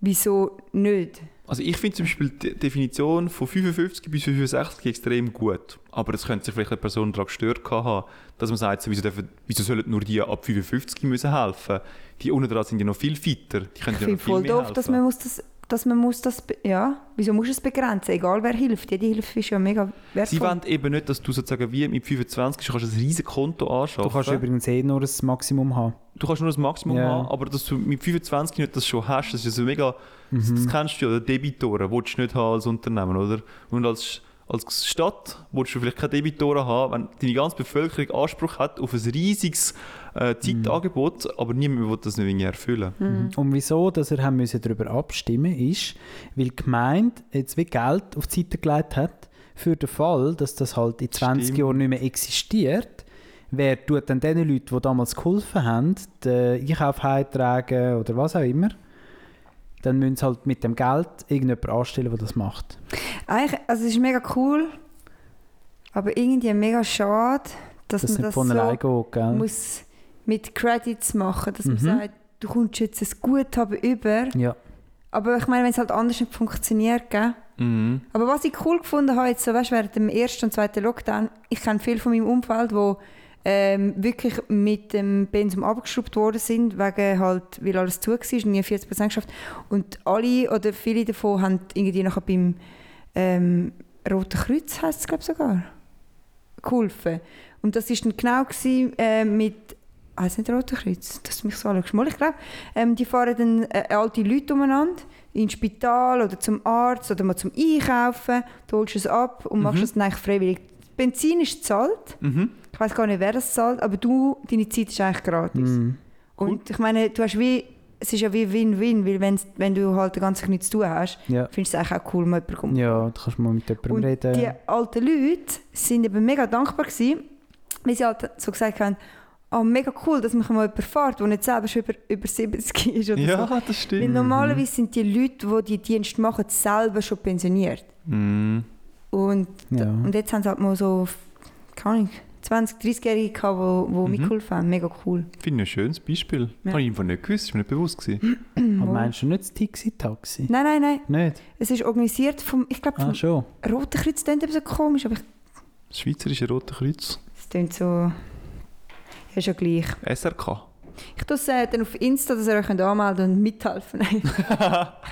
Speaker 5: wieso nicht?
Speaker 4: Also ich finde zum Beispiel die Definition von 55 bis 65 extrem gut. Aber es könnte sich vielleicht eine Person daran gestört gehabt haben, dass man sagt, so, wieso, dürfen, wieso sollen nur die ab 55 müssen helfen? Die unten dran sind ja noch viel fitter. Die können
Speaker 5: Ich
Speaker 4: ja noch
Speaker 5: finde
Speaker 4: viel
Speaker 5: voll
Speaker 4: mehr
Speaker 5: doof,
Speaker 4: helfen.
Speaker 5: dass man muss das, dass man muss das, be- ja, wieso musst du es begrenzen? Egal wer hilft, jede Hilfe ist ja mega wertvoll.
Speaker 4: Sie wollen eben nicht, dass du sozusagen wie mit 25 kannst du ein riesiges Konto anschaffen.
Speaker 3: Du kannst übrigens eh nur ein Maximum haben.
Speaker 4: du kannst nur das Maximum
Speaker 3: Ja.
Speaker 4: haben, aber dass du mit 25 nicht das schon hast, das ist ja so mega, das, das kennst du ja, oder Debitoren, willst du nicht haben als Unternehmen, oder? Und als, Als Stadt willst du vielleicht keine Debitoren haben, wenn deine ganze Bevölkerung Anspruch hat auf ein riesiges äh, Zeitangebot, aber niemand will das nicht irgendwie erfüllen.
Speaker 5: Mhm.
Speaker 3: Und wieso, dass er haben müssen darüber abstimmen ist, weil die Gemeinde jetzt wie Geld auf die Seite gelegt hat, für den Fall, dass das halt in 20
Speaker 4: Stimmt.
Speaker 3: Jahren nicht mehr existiert. Wer tut dann den Leuten, die damals geholfen haben, den Einkauf heimtragen oder was auch immer? Dann müssen sie halt mit dem Geld irgendjemanden anstellen, der das macht.
Speaker 5: Eigentlich, also es ist mega cool, aber irgendwie mega schade, dass
Speaker 3: Das ist nicht
Speaker 5: man das
Speaker 3: von alleine
Speaker 5: so
Speaker 3: geht, gell?
Speaker 5: muss mit Credits machen, dass man
Speaker 3: Mhm.
Speaker 5: sagt, du kommst jetzt ein Guthaben über.
Speaker 3: Ja.
Speaker 5: Aber ich meine, wenn es halt anders nicht funktioniert, gell?
Speaker 4: Mhm.
Speaker 5: Aber was ich cool gefunden habe, jetzt so, weißt, während dem ersten und zweiten Lockdown, ich kenne viele von meinem Umfeld, die ähm, wirklich mit dem Pensum abgeschraubt worden sind, wegen halt, weil alles zu war und nie 40 Prozent geschafft. Und alle oder viele davon haben irgendwie nachher beim ähm, Roten Kreuz, heisst es glaube ich sogar, geholfen. Und das war dann genau gewesen, äh, mit Heißt nicht Rote Kreuz, dass du mich so anschaust. Mal, Ich glaube, ähm, die fahren dann äh, alte Leute umeinander ins Spital oder zum Arzt oder mal zum Einkaufen. Du holst es ab und
Speaker 3: Mhm.
Speaker 5: machst es dann eigentlich freiwillig. Benzin ist gezahlt.
Speaker 4: Mhm.
Speaker 5: Ich weiß gar nicht, wer das zahlt, aber du, deine Zeit ist eigentlich gratis.
Speaker 3: Mhm.
Speaker 5: Und ich meine, du hast wie, es ist ja wie Win-Win, weil wenn's, wenn du halt den ganzen Tag nichts zu tun hast,
Speaker 3: Ja.
Speaker 5: findest du es eigentlich auch cool, mal jemanden
Speaker 3: ja, da kannst du mal mit jemandem
Speaker 5: und
Speaker 3: reden.
Speaker 5: die alten Leute sind eben mega dankbar gewesen, weil sie halt so gesagt haben, oh mega cool, dass mich mal jemand fährt, der nicht selber schon über, über 70 ist oder so.
Speaker 4: Ja, das
Speaker 5: Weil
Speaker 3: Mhm.
Speaker 4: stimmt.
Speaker 5: normalerweise sind die Leute, die die Dienste machen, selber schon pensioniert.
Speaker 4: Mhm.
Speaker 5: Und,
Speaker 3: Ja.
Speaker 5: und jetzt haben sie halt mal so, keine Ahnung, 20, 30-Jährige gehabt, die
Speaker 3: Mhm.
Speaker 5: die mitgeholfen haben. Mega cool.
Speaker 4: Finde ich ein schönes Beispiel.
Speaker 5: Ja.
Speaker 4: Habe ich einfach nicht gewusst, ist mir nicht bewusst gewesen.
Speaker 5: Mhm.
Speaker 3: Aber meinst du nicht das Tixi-Taxi?
Speaker 5: Nein, nein, nein.
Speaker 3: Nicht?
Speaker 5: Es ist organisiert vom, ich glaube, vom
Speaker 3: Ah, schon.
Speaker 5: Roten Kreuz. Das klingt eben so komisch, aber ich-
Speaker 4: Das Schweizerische Rote Kreuz.
Speaker 5: es klingt so... Ja, ist ja gleich.
Speaker 4: SRK.
Speaker 5: Ich tue es äh, dann auf Insta, dass ihr euch könnt anmelden und mithelfen *laughs* könnt.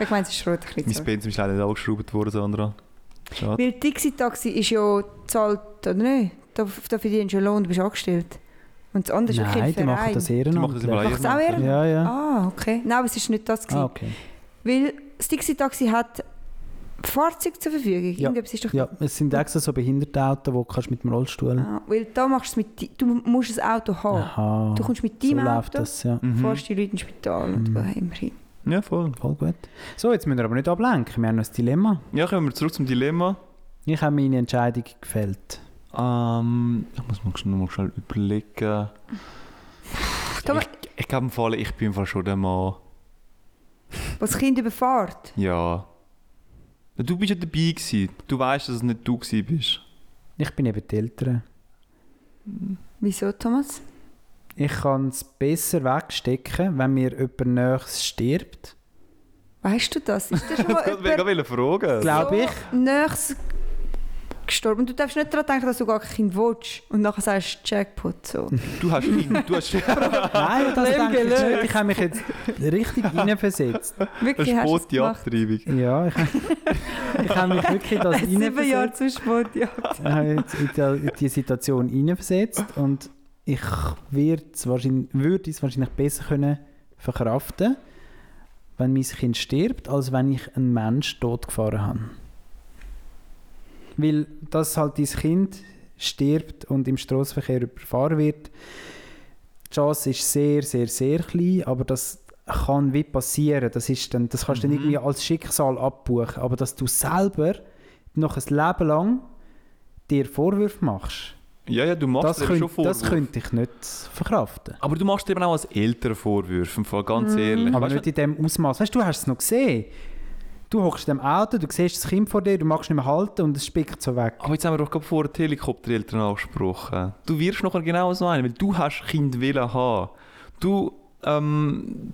Speaker 5: ich meine, es ist rot. ein bisschen
Speaker 4: Mein
Speaker 5: so.
Speaker 4: Benzin ist leider nicht angeschraubt worden, Sandra. Schade.
Speaker 5: Weil Dixie Taxi ist ja zahlt, oder nicht? Da- Dafür verdienst du einen Lohn, du bist angestellt. Und das andere ist wirklich
Speaker 3: Nein,
Speaker 5: ein
Speaker 3: die machen
Speaker 5: Verein.
Speaker 3: das
Speaker 4: Die machen
Speaker 3: ehrenamtlich.
Speaker 4: das immer
Speaker 5: Macht's auch
Speaker 4: ehrenamtlich.
Speaker 5: Ehrenamt?
Speaker 3: Ja, ja.
Speaker 5: Ah, okay. Nein, aber es ist nicht das.
Speaker 3: Ah,
Speaker 5: Ah.
Speaker 3: okay.
Speaker 5: Weil das Dixie Taxi hat Fahrzeuge zur Verfügung.
Speaker 3: Ja.
Speaker 5: Irgendetwas ist doch
Speaker 3: Ja, es sind extra so behinderte Autos, wo kannst mit dem Rollstuhl.
Speaker 5: Ah, weil da machst du es mit, di- du musst ein Auto haben.
Speaker 3: Aha.
Speaker 5: Du kommst mit
Speaker 3: so
Speaker 5: deinem
Speaker 3: läuft
Speaker 5: Auto,
Speaker 3: das, Mhm. ja.
Speaker 4: Mhm.
Speaker 5: fährst die Leute ins Spital und gehst immer hin.
Speaker 4: Ja, voll.
Speaker 3: Voll gut. So, jetzt müssen wir aber nicht ablenken. Wir haben noch ein Dilemma.
Speaker 4: Ja, kommen wir zurück zum Dilemma.
Speaker 3: Ich habe meine Entscheidung gefällt.
Speaker 4: Ähm, ich muss mal schnell, mal schnell überlegen.
Speaker 5: Thomas-
Speaker 4: Ich, ich glaube, im Fall, ich bin im Fall schon der Mann.
Speaker 5: Was das Kind überfährt.
Speaker 4: Ja. Du bist ja dabei gewesen. Du weißt, dass es nicht du gewesen bist.
Speaker 3: Ich bin eben die Eltern.
Speaker 5: Wieso, Thomas?
Speaker 3: Ich kann es besser wegstecken, wenn mir jemand Nächstes
Speaker 4: *laughs*
Speaker 3: stirbt.
Speaker 5: Weißt du das? Ist
Speaker 3: *laughs*
Speaker 5: das schon mal
Speaker 4: Ich wollte
Speaker 5: jemand
Speaker 4: gerade fragen.
Speaker 3: Glaub
Speaker 5: so
Speaker 3: ich.
Speaker 5: nächstes gestorben? Und du darfst nicht daran denken, dass du gar kein Kind willst. Und nachher sagst du Jackpot.
Speaker 3: *laughs*
Speaker 5: So.
Speaker 4: Du hast ihn. Du
Speaker 5: *laughs*
Speaker 4: hast
Speaker 3: Nein, das
Speaker 5: Problem
Speaker 3: denke ich nicht. Ich habe mich
Speaker 4: *laughs*
Speaker 3: jetzt richtig hineinversetzt.
Speaker 5: Wirklich,
Speaker 4: eine
Speaker 5: hast du es
Speaker 4: spotte
Speaker 5: gemacht?
Speaker 4: Abtreibung.
Speaker 3: Ja, ich, ich habe mich wirklich
Speaker 5: *laughs*
Speaker 3: das
Speaker 5: Sieben
Speaker 3: hineinversetzt.
Speaker 5: Jahre zu spät, ja.
Speaker 3: Ich habe jetzt in die- in die Situation hineinversetzt und ich wird's wahrscheinlich, würde es wahrscheinlich besser können verkraften wenn mein Kind stirbt, als wenn ich einen Mensch totgefahren habe. Weil, dass halt dein Kind stirbt und im Straßenverkehr überfahren wird, die Chance ist sehr, sehr, sehr klein, aber das kann wie passieren. Das, ist dann, das kannst du dann irgendwie als Schicksal abbuchen. Aber dass du selber noch ein Leben lang dir Vorwürfe machst,
Speaker 4: Ja, ja, du machst
Speaker 3: das,
Speaker 4: dir
Speaker 3: könnt,
Speaker 4: schon Vorwürfe.
Speaker 3: das könnte ich nicht verkraften.
Speaker 4: Aber du machst dir eben auch als Eltern Vorwürfe, im Fall,
Speaker 5: Mhm.
Speaker 4: ganz ehrlich.
Speaker 3: Aber
Speaker 4: Weißt du,
Speaker 3: nicht in dem Ausmaß. Weißt du, du hast es noch gesehen. Du hockst in dem Auto, du siehst das Kind vor dir, du magst nicht mehr halten und es spickt so weg.
Speaker 4: Aber jetzt haben wir doch gerade vorher die Helikoptereltern angesprochen. Du wirst nachher genau so einen, weil du hast Kind wollen haben. Du, ähm,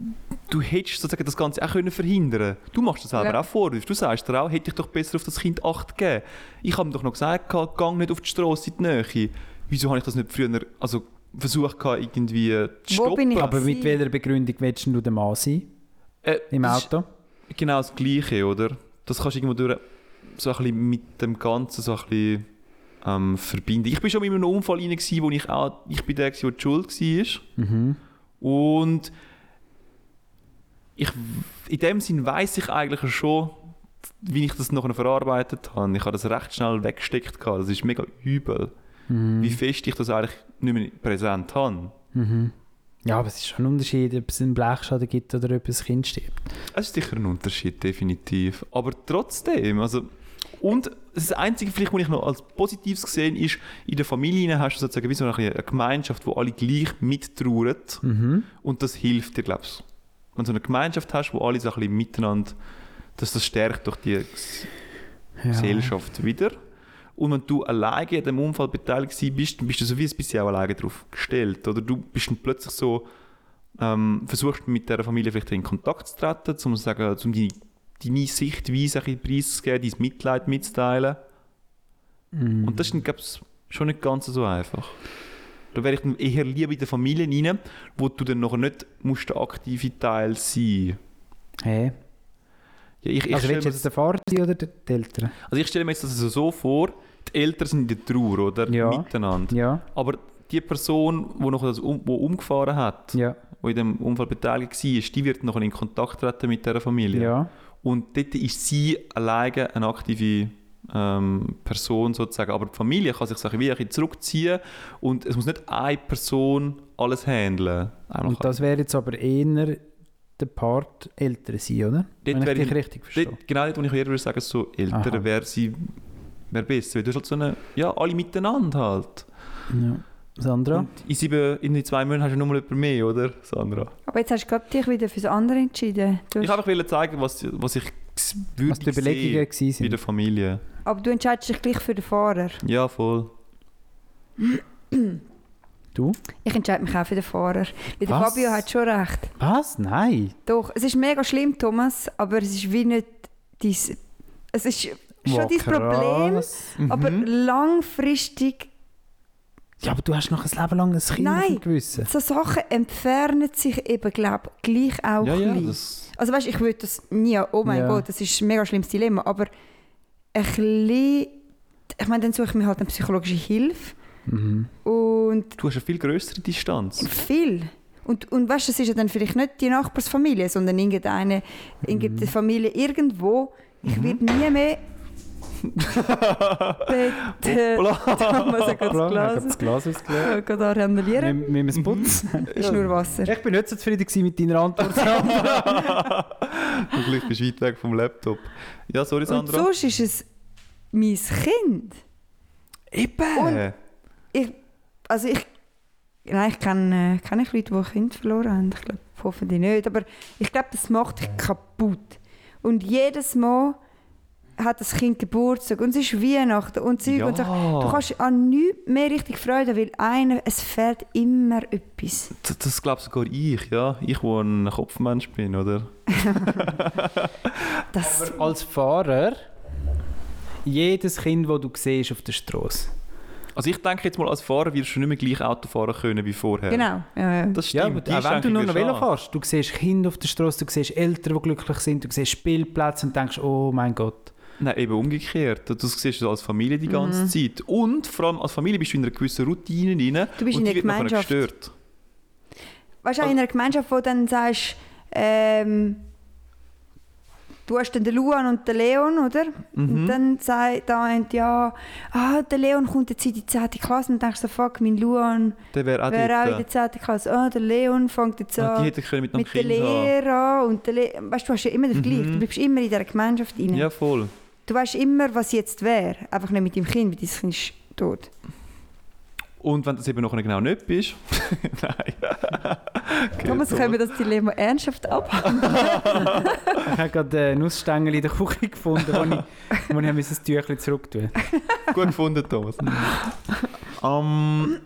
Speaker 4: du hättest sozusagen das Ganze auch können verhindern Du machst das selber
Speaker 5: Ja.
Speaker 4: auch Vorwürfe. Du sagst dir auch, hätte ich doch besser auf das Kind Acht gegeben. Ich habe ihm doch noch gesagt, gehabt, gang nicht auf die Straße in die Nähe. Wieso habe ich das nicht früher also versucht, gehabt, irgendwie zu stoppen?
Speaker 5: Wo bin ich?
Speaker 3: Aber mit
Speaker 5: Sie-
Speaker 3: welcher Begründung willst denn du der Mann sein?
Speaker 4: Äh,
Speaker 3: Im
Speaker 4: das ist
Speaker 3: Auto?
Speaker 4: Genau das Gleiche, oder? Das kannst du irgendwo durch so ein bisschen mit dem Ganzen so ein bisschen ähm, verbinden. Ich bin schon mal in einem Unfall rein, gewesen, wo ich auch, ich bin der, gewesen, der die schuld
Speaker 3: Mhm.
Speaker 4: war. Und ich, in dem Sinn weiß ich eigentlich schon, wie ich das nachher verarbeitet habe, ich habe das recht schnell weggesteckt. gehabt. Das ist mega übel,
Speaker 3: Mhm.
Speaker 4: wie fest ich das eigentlich nicht mehr präsent habe.
Speaker 3: Mhm. Ja, aber es ist schon ein Unterschied, ob es einen Blechschaden gibt oder ob ein Kind stirbt.
Speaker 4: Es ist sicher ein Unterschied, definitiv. Aber trotzdem, also... Und das Einzige, vielleicht, was ich noch als Positives gesehen ist, in der Familie hast du sozusagen wie so eine, kleine Gemeinschaft, wo alle gleich mittrauern.
Speaker 3: Mhm.
Speaker 4: Und das hilft dir, glaube ich. Wenn du so eine Gemeinschaft hast, wo alle so ein bisschen miteinander, dass das stärkt durch die Ges-
Speaker 3: Ja.
Speaker 4: Gesellschaft wieder. Und wenn du alleine an dem Unfall beteiligt gewesen bist, dann bist du so wie ein bisschen auch alleine drauf gestellt. Oder du bist dann plötzlich so, ähm, versuchst mit dieser Familie vielleicht in Kontakt zu treten, um, zu sagen, um deine, deine Sichtweise ein bisschen preiszugeben, dein Mitleid mitzuteilen.
Speaker 3: Mhm.
Speaker 4: Und das ist, glaube ich, schon nicht ganz so einfach. Da wäre ich dann eher lieber in der Familie rein, wo du dann noch nicht musst der aktive Teil sein
Speaker 3: Hey.
Speaker 4: ja, ich, ich
Speaker 3: Also
Speaker 4: stelle
Speaker 3: willst du
Speaker 4: mir,
Speaker 3: jetzt der Vater sein oder der- die Eltern?
Speaker 4: also ich stelle mir jetzt das also so vor, die Eltern sind in der Trauer, oder?
Speaker 3: Ja.
Speaker 4: Miteinander.
Speaker 3: Ja,
Speaker 4: Aber die Person, die noch das um, wo umgefahren hat,
Speaker 3: ja,
Speaker 4: die in dem Unfall beteiligt war, die wird noch in Kontakt treten mit dieser Familie.
Speaker 3: ja.
Speaker 4: Und dort ist sie alleine eine aktive ähm, Person sozusagen. Aber die Familie kann sich Sachen wie ein bisschen zurückziehen und es muss nicht eine Person alles handeln. Einmal
Speaker 3: Und das wäre jetzt aber eher der Part Eltern sein, oder? Wenn ich
Speaker 4: wäre
Speaker 3: dich
Speaker 4: ich-
Speaker 3: richtig
Speaker 4: kann,
Speaker 3: verstehe.
Speaker 4: dort, genau dort, wo ich eher würde sagen, so
Speaker 3: Aha.
Speaker 4: älter wäre sie wäre besser. Weil du hast halt so eine, ja, alle miteinander halt.
Speaker 3: Ja. Sandra?
Speaker 4: Und in, sieben, in den zwei Monaten hast du nochmal jemanden mehr, oder, Sandra?
Speaker 5: Aber jetzt hast du glaub, dich wieder fürs andere entschieden. Du
Speaker 4: Ich
Speaker 5: hast,
Speaker 4: wollte einfach zeigen, was, was ich würde
Speaker 3: Was die Überlegungen gewesen
Speaker 4: bei der
Speaker 3: sind.
Speaker 4: Familie.
Speaker 5: aber du entscheidest dich gleich für den Fahrer.
Speaker 4: Ja, voll.
Speaker 3: Du?
Speaker 5: Ich entscheide mich auch für den Fahrer. Weil der
Speaker 3: Was?
Speaker 5: Fabio hat schon recht.
Speaker 3: Was? Nein.
Speaker 5: Doch, es ist mega schlimm, Thomas, aber es ist wie nicht dein... Es ist schon
Speaker 3: Wow,
Speaker 5: dein Problem,
Speaker 3: krass.
Speaker 5: aber
Speaker 4: Mhm.
Speaker 5: langfristig
Speaker 3: Ja, aber du hast noch ein Leben lang ein Kind auf
Speaker 5: Nein.
Speaker 3: dem Gewissen.
Speaker 5: so Sachen entfernen sich eben, glaube gleich auch
Speaker 4: ja, ja,
Speaker 5: ein bisschen.
Speaker 4: das...
Speaker 5: Also weißt, ich würde das nie, oh mein
Speaker 3: Ja.
Speaker 5: Gott, das ist ein mega schlimmes Dilemma, aber ein bisschen, ich meine, dann suche ich mir halt eine psychologische Hilfe
Speaker 3: Mhm.
Speaker 5: und
Speaker 4: Du hast eine viel größere
Speaker 3: *laughs*
Speaker 4: Distanz. *laughs*
Speaker 5: viel. Und, und weißt, das ist ja dann vielleicht nicht die Nachbarsfamilie, sondern irgendeine,
Speaker 4: Mhm.
Speaker 5: irgendeine Familie irgendwo. Ich werde nie mehr betont. *laughs* Thomas hat gerade
Speaker 3: Hoppla, ich habe
Speaker 5: das Glas.
Speaker 3: das Glas
Speaker 5: *laughs*
Speaker 3: ausgeleert.
Speaker 5: Ich kann da remelieren.
Speaker 3: Wir wir müssen es putzen.
Speaker 5: *laughs* Ist nur Wasser.
Speaker 3: Ich bin nicht so zufrieden gewesen mit deiner Antwort.
Speaker 4: Zum Glück bist du weit weg vom Laptop. Ja, sorry,
Speaker 5: Und
Speaker 4: Sandra.
Speaker 5: sonst ist es mein Kind.
Speaker 4: Eben!
Speaker 5: Also ich, nein, ich kenne äh, kenne ich Leute, die ein Kind verloren haben. Ich glaube, hoffentlich nicht. Aber ich glaube, das macht dich kaputt. Und jedes Mal hat das Kind Geburtstag und es ist Weihnachten und Zeug und so. Du kannst an nichts mehr richtig Freude, haben, weil einer, es fehlt immer etwas.
Speaker 4: das, das glaube sogar ich, ja. Ich, wo ein Kopfmensch bin, oder?
Speaker 5: Das,
Speaker 3: Als Fahrer, jedes Kind, das du siehst auf der Straße.
Speaker 4: Also ich denke jetzt mal, als Fahrer wirst du nicht mehr gleich Auto fahren können wie vorher.
Speaker 5: genau. Ja, ja.
Speaker 4: Das stimmt.
Speaker 3: Ja, aber
Speaker 4: die
Speaker 3: auch wenn du
Speaker 4: Einschränkung
Speaker 3: nur noch
Speaker 4: wirst
Speaker 3: Velo
Speaker 4: haben.
Speaker 3: fährst, du siehst Kinder auf der Straße, du siehst Eltern, die glücklich sind, du siehst Spielplätze und denkst, oh mein Gott.
Speaker 4: Nein, eben umgekehrt. Du du siehst es als Familie die ganze
Speaker 5: Mhm.
Speaker 4: Zeit. Und vor allem als Familie bist du in einer gewissen Routine drin.
Speaker 5: Du bist
Speaker 4: und
Speaker 5: in
Speaker 4: die
Speaker 5: einer
Speaker 4: wird nachher
Speaker 5: Gemeinschaft.
Speaker 4: gestört.
Speaker 5: Weißt du, auch in einer Gemeinschaft, wo du dann sagst, ähm, du hast dann den Luan und den Leon, oder?
Speaker 4: Mhm.
Speaker 5: Und dann sagt da ein, ja, ah, der Leon kommt jetzt in die 10. Klasse und denkst so, fuck, mein Luan
Speaker 4: Der wäre auch
Speaker 5: wäre auch in
Speaker 4: dort.
Speaker 5: der 10. Klasse. Ah, der Leon fängt jetzt
Speaker 4: äh, Ah, die
Speaker 5: an
Speaker 4: hätten können mit einem
Speaker 5: mit der
Speaker 4: Kind haben.
Speaker 5: Lehre an. Und der Le weißt du, du hast ja immer den Vergleich. Du bleibst immer in dieser Gemeinschaft rein.
Speaker 4: Ja, voll.
Speaker 5: Du weißt immer, was jetzt wäre. Einfach nicht mit deinem Kind, weil dein Kind ist tot.
Speaker 4: Und wenn das eben noch genau nicht bist... *laughs* Nein. Okay,
Speaker 5: Thomas, können wir das Dilemma ernsthaft
Speaker 4: *laughs*
Speaker 5: abhaben?
Speaker 3: Ich habe gerade einen Nussstängel in der Küche gefunden, wo ich, wo ich musste das Tüchlein zurücktun
Speaker 4: Gut gefunden, Thomas. Ähm,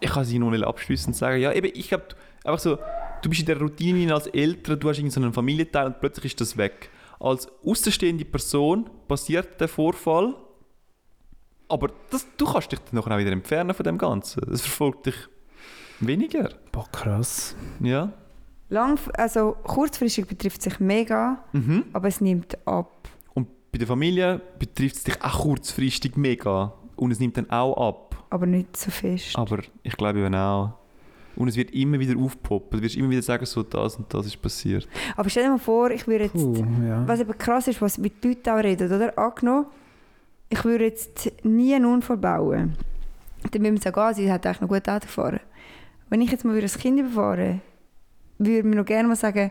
Speaker 4: ich kann sie nur abschließend sagen. Ja, eben, ich glaube, einfach so, du bist in der Routine hinein als Eltern, du hast irgendwie so einen Familienteil und plötzlich ist das weg. Als außenstehende Person passiert der Vorfall, aber das, du kannst dich dann nachher auch wieder entfernen von dem Ganzen. Es verfolgt dich weniger.
Speaker 3: Boah, krass.
Speaker 4: Ja.
Speaker 5: Lang, also kurzfristig betrifft es sich mega.
Speaker 4: Mhm.
Speaker 5: aber es nimmt ab.
Speaker 4: Und bei der Familie betrifft es dich auch kurzfristig mega und es nimmt dann auch ab.
Speaker 5: Aber nicht so fest.
Speaker 4: Aber ich glaube eben auch, Und es wird immer wieder aufpoppen. Du wirst immer wieder sagen, so das und das ist passiert.
Speaker 5: Aber stell dir mal vor, ich würde jetzt.
Speaker 3: Puh, ja.
Speaker 5: Was eben krass ist, was mit Leuten auch reden, oder? Angenommen, ich würde jetzt nie einen Unfall bauen. Dann müssen wir sagen, ah, sie hat eigentlich noch gut Auto gefahren. Wenn ich jetzt mal wieder ein Kind überfahre, würde man noch gerne mal sagen,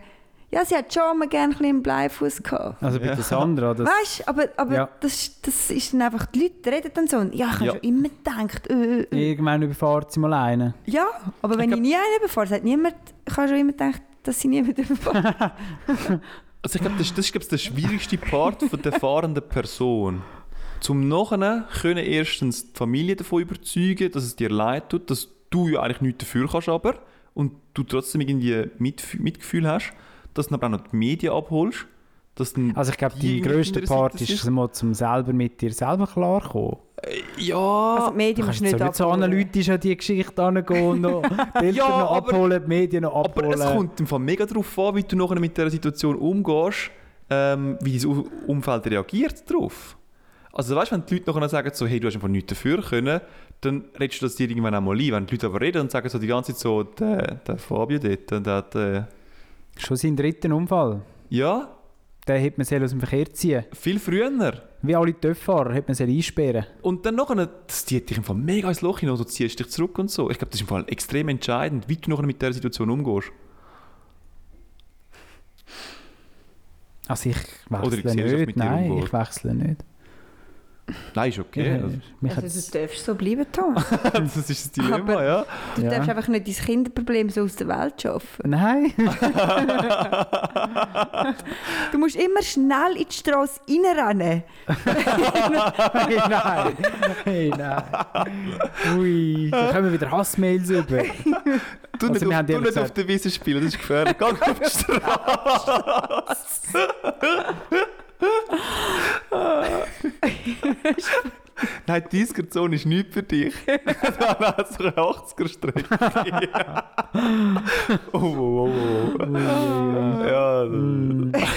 Speaker 5: ja, sie hat schon mal gerne ein bisschen einen Bleifuß gehabt.
Speaker 3: Also bitte
Speaker 4: Ja.
Speaker 3: Sandra, das,
Speaker 5: Weißt du, aber, aber
Speaker 3: Ja.
Speaker 5: das, ist- das ist dann einfach, die Leute reden dann so. und Ja, ich habe
Speaker 4: Ja.
Speaker 5: schon immer gedacht, äh, äh, äh.
Speaker 3: irgendwann überfahrt sie mal einen.
Speaker 5: Ja, aber wenn
Speaker 4: Ich
Speaker 5: ich, nie einen überfahre, sagt niemand, ich habe schon immer gedacht, dass sie
Speaker 3: *laughs*
Speaker 5: niemand überfahren.
Speaker 4: Also ich glaube, das, das ist glaub, ich, der schwierigste Part von der fahrenden Person. Zum Nachhinein können erstens die Familie davon überzeugen, dass es dir leid tut, dass du ja eigentlich nichts dafür kannst, aber und du trotzdem irgendwie Mitf Mitgefühl hast, dass du dann auch noch die Medien abholst, dass dann,
Speaker 3: Also ich glaube,
Speaker 4: Die
Speaker 3: dein grösster
Speaker 4: mit ihrer
Speaker 3: Part
Speaker 4: Seite
Speaker 3: ist,
Speaker 4: sind-
Speaker 3: mal zum selber mit dir selber klarkommen.
Speaker 4: ja,
Speaker 5: Also die Medien
Speaker 3: Du
Speaker 5: musst
Speaker 3: kannst
Speaker 5: du
Speaker 3: nicht,
Speaker 5: nicht
Speaker 3: nicht so
Speaker 5: abholen.
Speaker 3: analytisch an die Geschichte angehen und
Speaker 4: *laughs*
Speaker 3: noch Bilder
Speaker 4: Ja,
Speaker 3: noch
Speaker 4: aber-
Speaker 3: abholen, die Medien noch
Speaker 4: aber
Speaker 3: abholen.
Speaker 4: es kommt im Fall mega darauf an, wie du nachher mit dieser Situation umgehst, ähm, wie dein U- Umfeld reagiert darauf. Also weißt, wenn die Leute nachher sagen, so, hey, du hast einfach nichts dafür können, dann redest du das dir irgendwann auch mal ein. Wenn die Leute aber reden und sagen so die ganze Zeit so, der, der Fabio dort, der hat, äh,
Speaker 3: Schon sein dritten Unfall.
Speaker 4: ja,
Speaker 3: Den hätte man sollen aus dem Verkehr ziehen
Speaker 4: viel früher.
Speaker 3: Wie alle TÜV-Fahrer hätte man sollen einsperren
Speaker 4: Und dann nachher, das zieht dich im Fall mega ins Loch hinein, so ziehst du dich zurück und so. Ich glaube, das ist im Fall extrem entscheidend, wie du nachher mit dieser Situation umgehst.
Speaker 3: Also ich
Speaker 4: Oder die
Speaker 3: wechsle
Speaker 4: Gesellschaft
Speaker 3: nicht.
Speaker 4: mit dir
Speaker 3: Nein,
Speaker 4: umgeht.
Speaker 3: ich wechsle nicht.
Speaker 4: Nein, ist okay.
Speaker 3: Ich-
Speaker 4: Also, *laughs*
Speaker 3: mich hat's-
Speaker 5: Also, du darfst so bleiben,
Speaker 3: *laughs*
Speaker 5: Thomas.
Speaker 4: das ist das Dilemma,
Speaker 5: Aber-
Speaker 4: ja.
Speaker 5: Du
Speaker 3: Ja.
Speaker 5: darfst einfach nicht dein Kinderproblem so aus der Welt schaffen.
Speaker 3: Nein.
Speaker 5: Du musst immer schnell in die Straße reinrennen.
Speaker 3: Hey, nein. Hey, nein. Ui, da kommen wieder Hassmails über. Also
Speaker 4: Du nicht,
Speaker 3: wir
Speaker 4: auf,
Speaker 3: haben ehrlich
Speaker 4: du nicht auf
Speaker 3: gesagt-
Speaker 4: der Wiese spielen, das ist gefährlich. Geh auf die Straße. Nein, die 30er-Zone ist nichts für dich. *laughs* Dann hast du eine 80er-Strecke. oh, oh, oh, oh. Ja, äh,
Speaker 3: mm,
Speaker 4: das-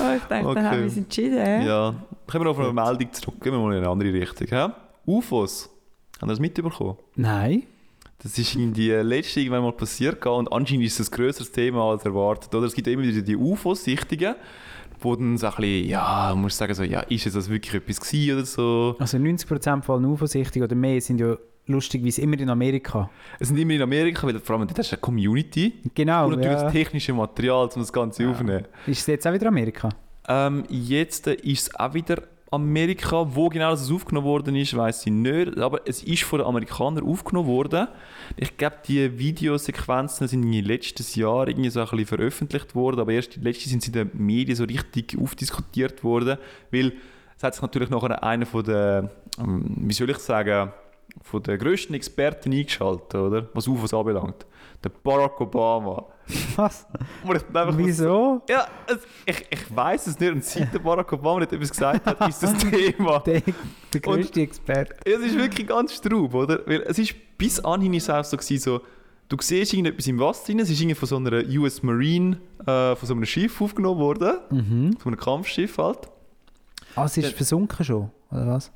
Speaker 5: Oh, ich denke,
Speaker 4: Okay.
Speaker 5: dann haben wir uns entschieden. hä?
Speaker 4: ja. Kommen wir auf eine Meldung zurück. Gehen wir mal in eine andere Richtung. hä? UFOs. Haben wir das mitbekommen?
Speaker 3: Nein.
Speaker 4: Das ist irgendwie letzte irgendwann mal passiert gegangen und anscheinend ist es ein grösseres Thema als erwartet. Oder? Es gibt immer wieder die UFO-Sichtungen, wo dann so ein bisschen, ja, man muss sagen, so, ja, ist jetzt das wirklich etwas gewesen oder so.
Speaker 3: Also 90% fallen unvorsichtig oder mehr sind ja lustigerweise immer in Amerika.
Speaker 4: Es sind immer in Amerika, weil vor allem dort hast du eine Community
Speaker 3: Genau,
Speaker 4: und natürlich
Speaker 3: ja.
Speaker 4: das technische Material, um das Ganze aufzunehmen.
Speaker 3: Ist es jetzt auch wieder Amerika?
Speaker 4: Ähm, jetzt äh, ist es auch wieder Amerika. Wo genau das aufgenommen worden ist, weiß ich nicht. Aber es ist von den Amerikanern aufgenommen worden. Ich glaube, die Videosequenzen sind irgendwie letztes Jahr irgendwie so ein bisschen veröffentlicht worden. Aber erst letztes sind sie in den Medien so richtig aufdiskutiert worden. Weil es hat sich natürlich nachher einer von den, ähm, wie soll ich sagen, von den grössten Experten eingeschaltet, oder? Was UFOs anbelangt. Der Barack Obama. *laughs*
Speaker 3: Was?
Speaker 4: Wo ich dann einfach
Speaker 3: *laughs*
Speaker 4: muss
Speaker 3: Wieso?
Speaker 4: ja, es, ich, ich weiß es nicht. Und seit der Barack Obama nicht etwas gesagt hat, ist das Thema.
Speaker 3: *laughs* Der, der größte Experte.
Speaker 4: Es ist wirklich ganz straub, oder? Weil es ist bis anhin ist es auch so, gewesen, so, du siehst irgendetwas im Wasser drin, es ist irgendwie von so einer US Marine, äh, von so einem Schiff aufgenommen worden,
Speaker 3: Mhm.
Speaker 4: von einem Kampfschiff halt.
Speaker 3: Ah, es ist
Speaker 4: Ja.
Speaker 3: versunken schon, oder was?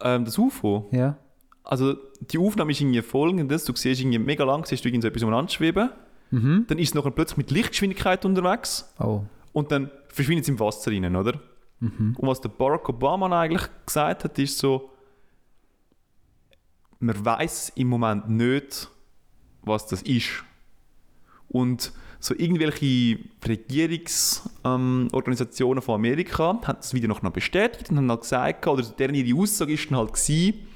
Speaker 4: Ähm, das UFO.
Speaker 3: Ja.
Speaker 4: Also die Aufnahme ist irgendwie folgendes, du siehst irgendwie mega lang, siehst du irgendwie so etwas umeinander schweben,
Speaker 3: Mhm.
Speaker 4: dann ist es nachher plötzlich mit Lichtgeschwindigkeit unterwegs.
Speaker 3: Oh.
Speaker 4: Und dann verschwindet es im Wasser rein, oder? Und was der Barack Obama eigentlich gesagt hat, ist so, man weiß im Moment nicht, was das ist. Und so irgendwelche Regierungsorganisationen ähm, Organisationen von Amerika haben das Video noch noch bestätigt und haben halt gesagt, oder deren ihre Aussage ist dann halt gewesen,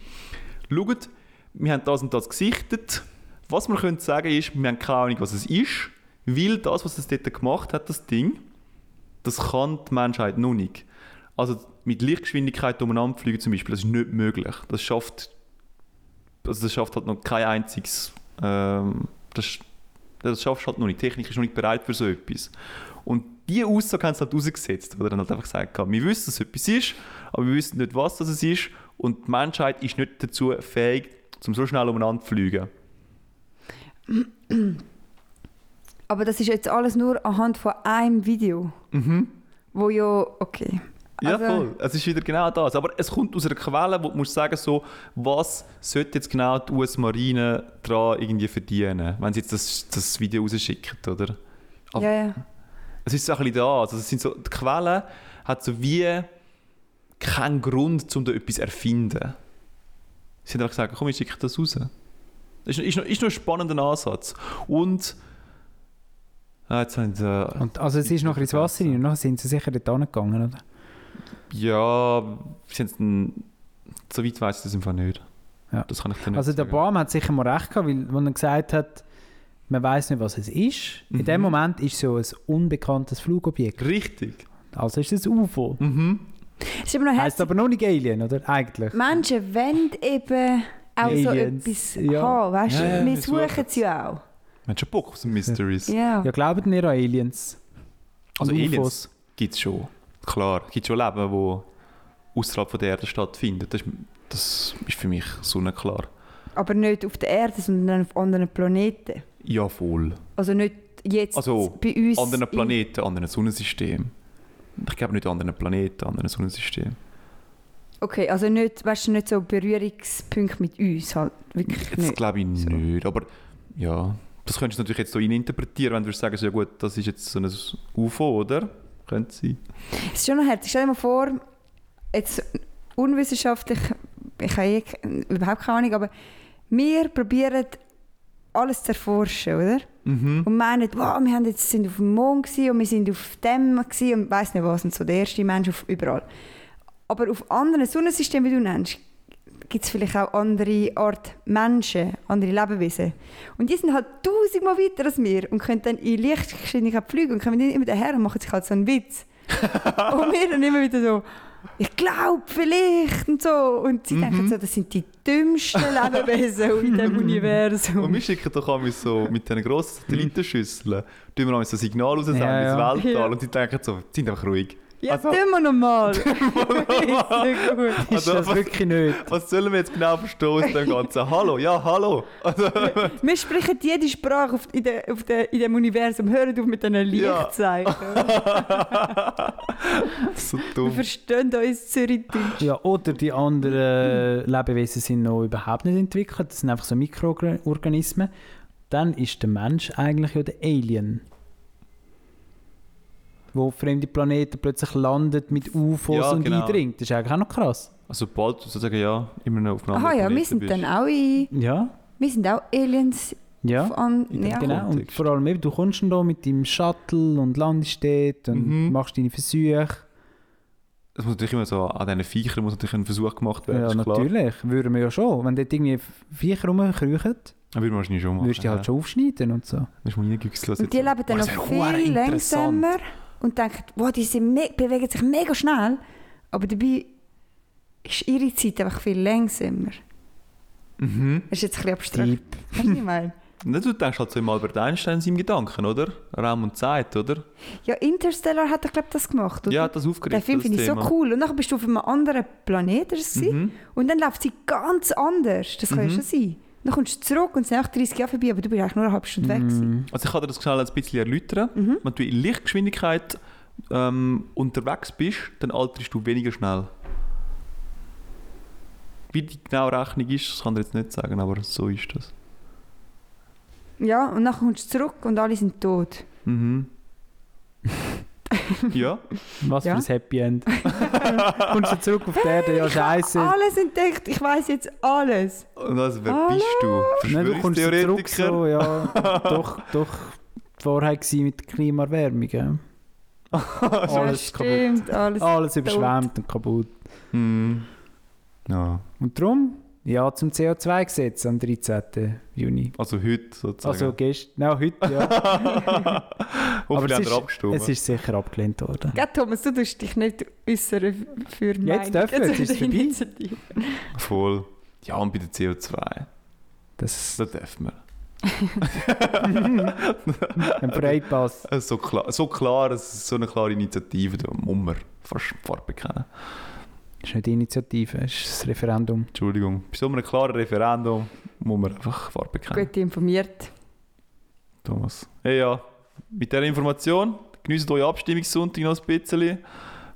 Speaker 4: schaut, wir haben das und das gesichtet. Was man könnte sagen ist, wir haben keine Ahnung, was es ist, weil das, was es dort gemacht hat, das Ding, das kann die Menschheit noch nicht. Also mit Lichtgeschwindigkeit umeinander fliegen zum Beispiel, das ist nicht möglich. Das schafft, also das schafft halt noch kein einziges, ähm, das, das schafft halt noch nicht. Die Technik ist noch nicht bereit für so etwas. Und diese Aussage haben sie halt rausgesetzt, oder? Dann halt einfach gesagt, wir wissen, dass es etwas ist, aber wir wissen nicht, was das ist und die Menschheit ist nicht dazu fähig, um so schnell umeinander zu fliegen.
Speaker 5: Aber das ist jetzt alles nur anhand von einem Video. Wo ja, okay.
Speaker 4: Mhm. Ja,
Speaker 5: Also-
Speaker 4: voll. Es ist wieder genau das. Aber es kommt aus einer Quelle, wo du musst sagen so, was sollte jetzt genau die US-Marine daran irgendwie verdienen, wenn sie jetzt das, das Video rausschickt, oder? Aber-
Speaker 5: Ja, ja.
Speaker 4: Es ist so ein bisschen da. Also es sind so, die Quelle hat so wie keinen Grund, um da etwas zu erfinden. Sie haben einfach gesagt, komm, ich schicke das raus. Das ist, ist, noch, ist noch ein spannender Ansatz. Und... Ah, jetzt haben sie...
Speaker 3: Und, also es ist noch ein bisschen das Wasser rein und nachher sind sie sicher dort angegangen, oder?
Speaker 4: Ja, sind ein, so weit weiß ich das einfach nicht.
Speaker 3: Ja.
Speaker 4: Das kann ich dir nicht
Speaker 3: Also der
Speaker 4: sagen.
Speaker 3: Baum hat sicher mal recht gehabt, weil, wenn er gesagt hat, man weiß nicht, was es ist.
Speaker 4: Mhm.
Speaker 3: In dem Moment ist es so ein unbekanntes Flugobjekt.
Speaker 4: Richtig.
Speaker 3: Also ist es ein UFO.
Speaker 4: Mhm.
Speaker 5: Es ist immer noch
Speaker 3: Heißt
Speaker 5: herzig.
Speaker 3: aber noch nicht Alien, oder? Eigentlich.
Speaker 5: Menschen wollen eben auch so
Speaker 3: Aliens,
Speaker 5: etwas
Speaker 3: ja.
Speaker 5: haben, weißt du?
Speaker 4: Ja, ja,
Speaker 5: wir
Speaker 4: wir suchen
Speaker 5: suchen sie auch.
Speaker 4: Man hat schon Bock auf so Mysteries.
Speaker 5: Ja.
Speaker 3: Ja, glaubt ihr an Aliens?
Speaker 4: Also
Speaker 3: Und
Speaker 4: Aliens gibt es schon. Klar, gibt schon Leben, wo außerhalb von der Erde stattfindet. Das ist, das ist für mich sonnenklar.
Speaker 5: Aber nicht auf der Erde, sondern auf anderen Planeten.
Speaker 4: Ja, voll.
Speaker 5: Also nicht jetzt
Speaker 4: Also,
Speaker 5: bei uns.
Speaker 4: Anderen
Speaker 5: in-
Speaker 4: Planeten, anderen Sonnensystemen. Ich glaube nicht anderen Planeten, anderen Sonnensystemen.
Speaker 5: Okay, also nicht, weißt du, nicht so Berührungspunkt mit uns halt. Wirklich
Speaker 4: Das
Speaker 5: nicht.
Speaker 4: glaube ich
Speaker 5: So.
Speaker 4: nicht, aber ja. Das könntest du natürlich jetzt so interpretieren, wenn du würdest sagen, so, ja gut, das ist jetzt so ein UFO, oder? Könnte sein.
Speaker 5: Es ist schon noch herzig. Stell dir mal vor, jetzt unwissenschaftlich, ich habe eh ke- überhaupt keine Ahnung, aber wir probieren alles zu erforschen, oder?
Speaker 4: Mhm.
Speaker 5: Und meinen, wow, wir haben jetzt, sind auf dem Mond gewesen und wir sind auf dem gewesen und weiss nicht was, und so der erste Mensch auf, überall. Aber auf anderen Sonnensystemen, wie du nennst, gibt es vielleicht auch andere Art Menschen, andere Lebewesen. Und die sind halt tausendmal weiter als wir und können dann in Lichtgeschwindigkeit fliegen und kommen dann immer daher und machen sich halt so
Speaker 4: *laughs*
Speaker 5: einen Witz. und wir dann immer wieder so, ich glaube vielleicht und so. Und
Speaker 4: Mhm.
Speaker 5: sie denken so, das sind die dümmsten Lebewesen
Speaker 4: *laughs*
Speaker 5: in diesem Universum.
Speaker 4: Und wir schicken doch auch so mit diesen grossen Satellitenschüsseln, tun wir auch so ein Signal raussenden
Speaker 3: Ja, ja.
Speaker 4: ins Weltall
Speaker 5: Ja.
Speaker 4: und die denken so, sind einfach ruhig.
Speaker 5: Ja,
Speaker 4: Also-
Speaker 5: tun
Speaker 4: *laughs*
Speaker 5: wir nochmal. *laughs*
Speaker 3: Ist
Speaker 4: Also,
Speaker 3: das
Speaker 4: was-
Speaker 3: wirklich nicht?
Speaker 4: Was sollen wir jetzt genau verstehen aus
Speaker 5: *laughs*
Speaker 4: dem Ganzen? Hallo, ja, hallo. *laughs* Also,
Speaker 5: wir sprechen jede Sprache auf, in, der, auf der, in dem Universum. Hören auf mit diesen
Speaker 4: Ja.
Speaker 5: Lichtzeichen.
Speaker 4: *laughs* so
Speaker 5: Wir
Speaker 4: dumm.
Speaker 5: verstehen uns Zürichdeutsch.
Speaker 3: Ja, oder die anderen Lebewesen sind noch überhaupt nicht entwickelt. Das sind einfach so Mikroorganismen. Dann ist der Mensch eigentlich ja der Alien. Wo auf fremde Planeten plötzlich landet mit UFOs
Speaker 4: Ja,
Speaker 3: und
Speaker 4: genau.
Speaker 3: eindringt. Das ist eigentlich auch noch krass.
Speaker 4: Also bald sozusagen ja, immer noch auf einem
Speaker 5: Aha, Ah ja,
Speaker 4: anderen
Speaker 5: wir
Speaker 4: Planeten
Speaker 5: sind
Speaker 4: bist.
Speaker 5: dann auch in,
Speaker 3: Ja,
Speaker 5: Wir sind auch Aliens.
Speaker 3: ja.
Speaker 5: An,
Speaker 4: In
Speaker 5: ja.
Speaker 4: dem
Speaker 3: Genau, und
Speaker 4: Kontext.
Speaker 3: vor allem eben, du kommst dann da mit deinem Shuttle und landest dort und
Speaker 4: Mhm.
Speaker 3: machst deine Versuche.
Speaker 4: Es muss natürlich immer so, an diesen Viechern muss natürlich ein Versuch gemacht werden,
Speaker 3: Ja,
Speaker 4: ist klar.
Speaker 3: natürlich, würden wir ja schon. Wenn dort irgendwie Viecher rumkriechen,
Speaker 4: Dann würde man wahrscheinlich schon machen.
Speaker 3: würdest du die halt schon aufschneiden und so.
Speaker 4: Dann ist man reingüchselt, was
Speaker 5: Und die
Speaker 4: jetzt-
Speaker 5: leben dann
Speaker 4: Oh, das
Speaker 5: noch
Speaker 4: ist ja
Speaker 5: viel
Speaker 4: hochinteressant.
Speaker 5: langsamer und denken, wow, die sind me- bewegen sich mega schnell. Aber dabei ist ihre Zeit einfach viel langsamer.
Speaker 4: Mhm.
Speaker 5: Das ist jetzt ein bisschen abstrakt. Weißt du, was ich meine?
Speaker 4: Na, Du denkst halt so im Albert Einstein seinem Gedanken, oder? Raum und Zeit, oder?
Speaker 5: Ja, Interstellar hat er, glaube ich, das gemacht. Oder?
Speaker 4: Ja, hat das aufgeregt.
Speaker 5: Den Film
Speaker 4: das
Speaker 5: finde ich so
Speaker 4: Thema.
Speaker 5: cool. Und dann bist du auf einem anderen Planeten ist es gewesen?
Speaker 4: Mhm.
Speaker 5: und dann läuft sie ganz anders. Das kann ja schon sein. Dann kommst du zurück und es sind auch 30 Jahre vorbei, aber du bist eigentlich nur eine halbe Stunde weg.
Speaker 3: Mhm.
Speaker 5: gewesen.
Speaker 4: Also ich kann dir das schnell ein bisschen erläutern. Wenn du in Lichtgeschwindigkeit ähm, unterwegs bist, dann alterst du weniger schnell. Wie die genaue Rechnung ist, das kann ich jetzt nicht sagen, aber so ist das.
Speaker 5: Ja, und dann kommst du zurück und alle sind tot.
Speaker 4: Mhm. ja,
Speaker 3: Was
Speaker 5: Ja.
Speaker 3: für ein Happy
Speaker 5: *laughs*
Speaker 3: End. Kommst du zurück auf die Erde, ja
Speaker 5: ich habe
Speaker 3: scheiße.
Speaker 5: alles entdeckt, ich weiß jetzt
Speaker 4: *laughs*
Speaker 5: alles.
Speaker 4: und also wer
Speaker 5: Hallo?
Speaker 4: bist du?
Speaker 3: Nein, du kommst so zurück
Speaker 4: Verschwörungstheoretiker?
Speaker 3: so, ja. *laughs* doch, doch, die Wahrheit war mit der Klimaerwärmung. ja. *laughs* alles
Speaker 4: Also,
Speaker 5: ja,
Speaker 3: kaputt.
Speaker 5: stimmt, alles.
Speaker 4: Ah.
Speaker 3: Alles überschwemmt und kaputt.
Speaker 4: Mhm. Ja,
Speaker 3: Und darum, ja zum CO2-Gesetz am 13. Juni.
Speaker 4: also heute sozusagen. *laughs*
Speaker 3: Also gestern, nein, heute, ja. *laughs* es
Speaker 4: Hoffentlich haben wir
Speaker 3: ist-
Speaker 4: abgestimmt.
Speaker 3: Es ist sicher abgelehnt worden.
Speaker 5: Gell, Thomas, du tust dich nicht äußern für meine
Speaker 3: dürfen wir, jetzt ist es vorbei.
Speaker 5: Initiative.
Speaker 4: Voll. Ja, und bei der CO2.
Speaker 3: Das
Speaker 4: Da darf man. *laughs*
Speaker 3: ein Breitpass.
Speaker 4: Äh, So klar, so, klar es- so eine klare Initiative, da muss man fast Farbe bekennen.
Speaker 3: Das ist nicht die Initiative, das ist das Referendum.
Speaker 4: Entschuldigung. Bei so einem klaren Referendum muss man einfach Farbe bekennen.
Speaker 5: Gut informiert.
Speaker 4: Thomas. Hey, ja, mit dieser Information genießt eure Abstimmungssonntag noch ein bisschen.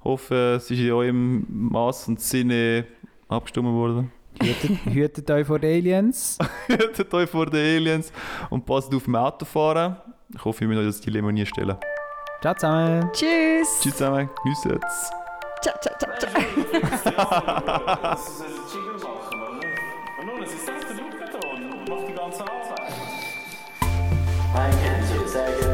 Speaker 4: hoffe, es ist in eurem Maß und Sinne abgestimmt worden. *laughs*
Speaker 3: Hütet, hütet euch vor den Aliens.
Speaker 4: Hütet euch vor den Aliens und passt auf beim Autofahren. Ich hoffe, ihr müsst euch das Dilemma nie stellen.
Speaker 3: Ciao zusammen.
Speaker 5: Tschüss.
Speaker 4: Tschüss zusammen, genießt es.
Speaker 5: Ciao, ciao, ciao, ciao.
Speaker 1: Das ist ein Jingle machen, oder? Und nun, es ist selbst der Luftbeton und macht die ganze Arbeit.
Speaker 2: I can't say it's that good.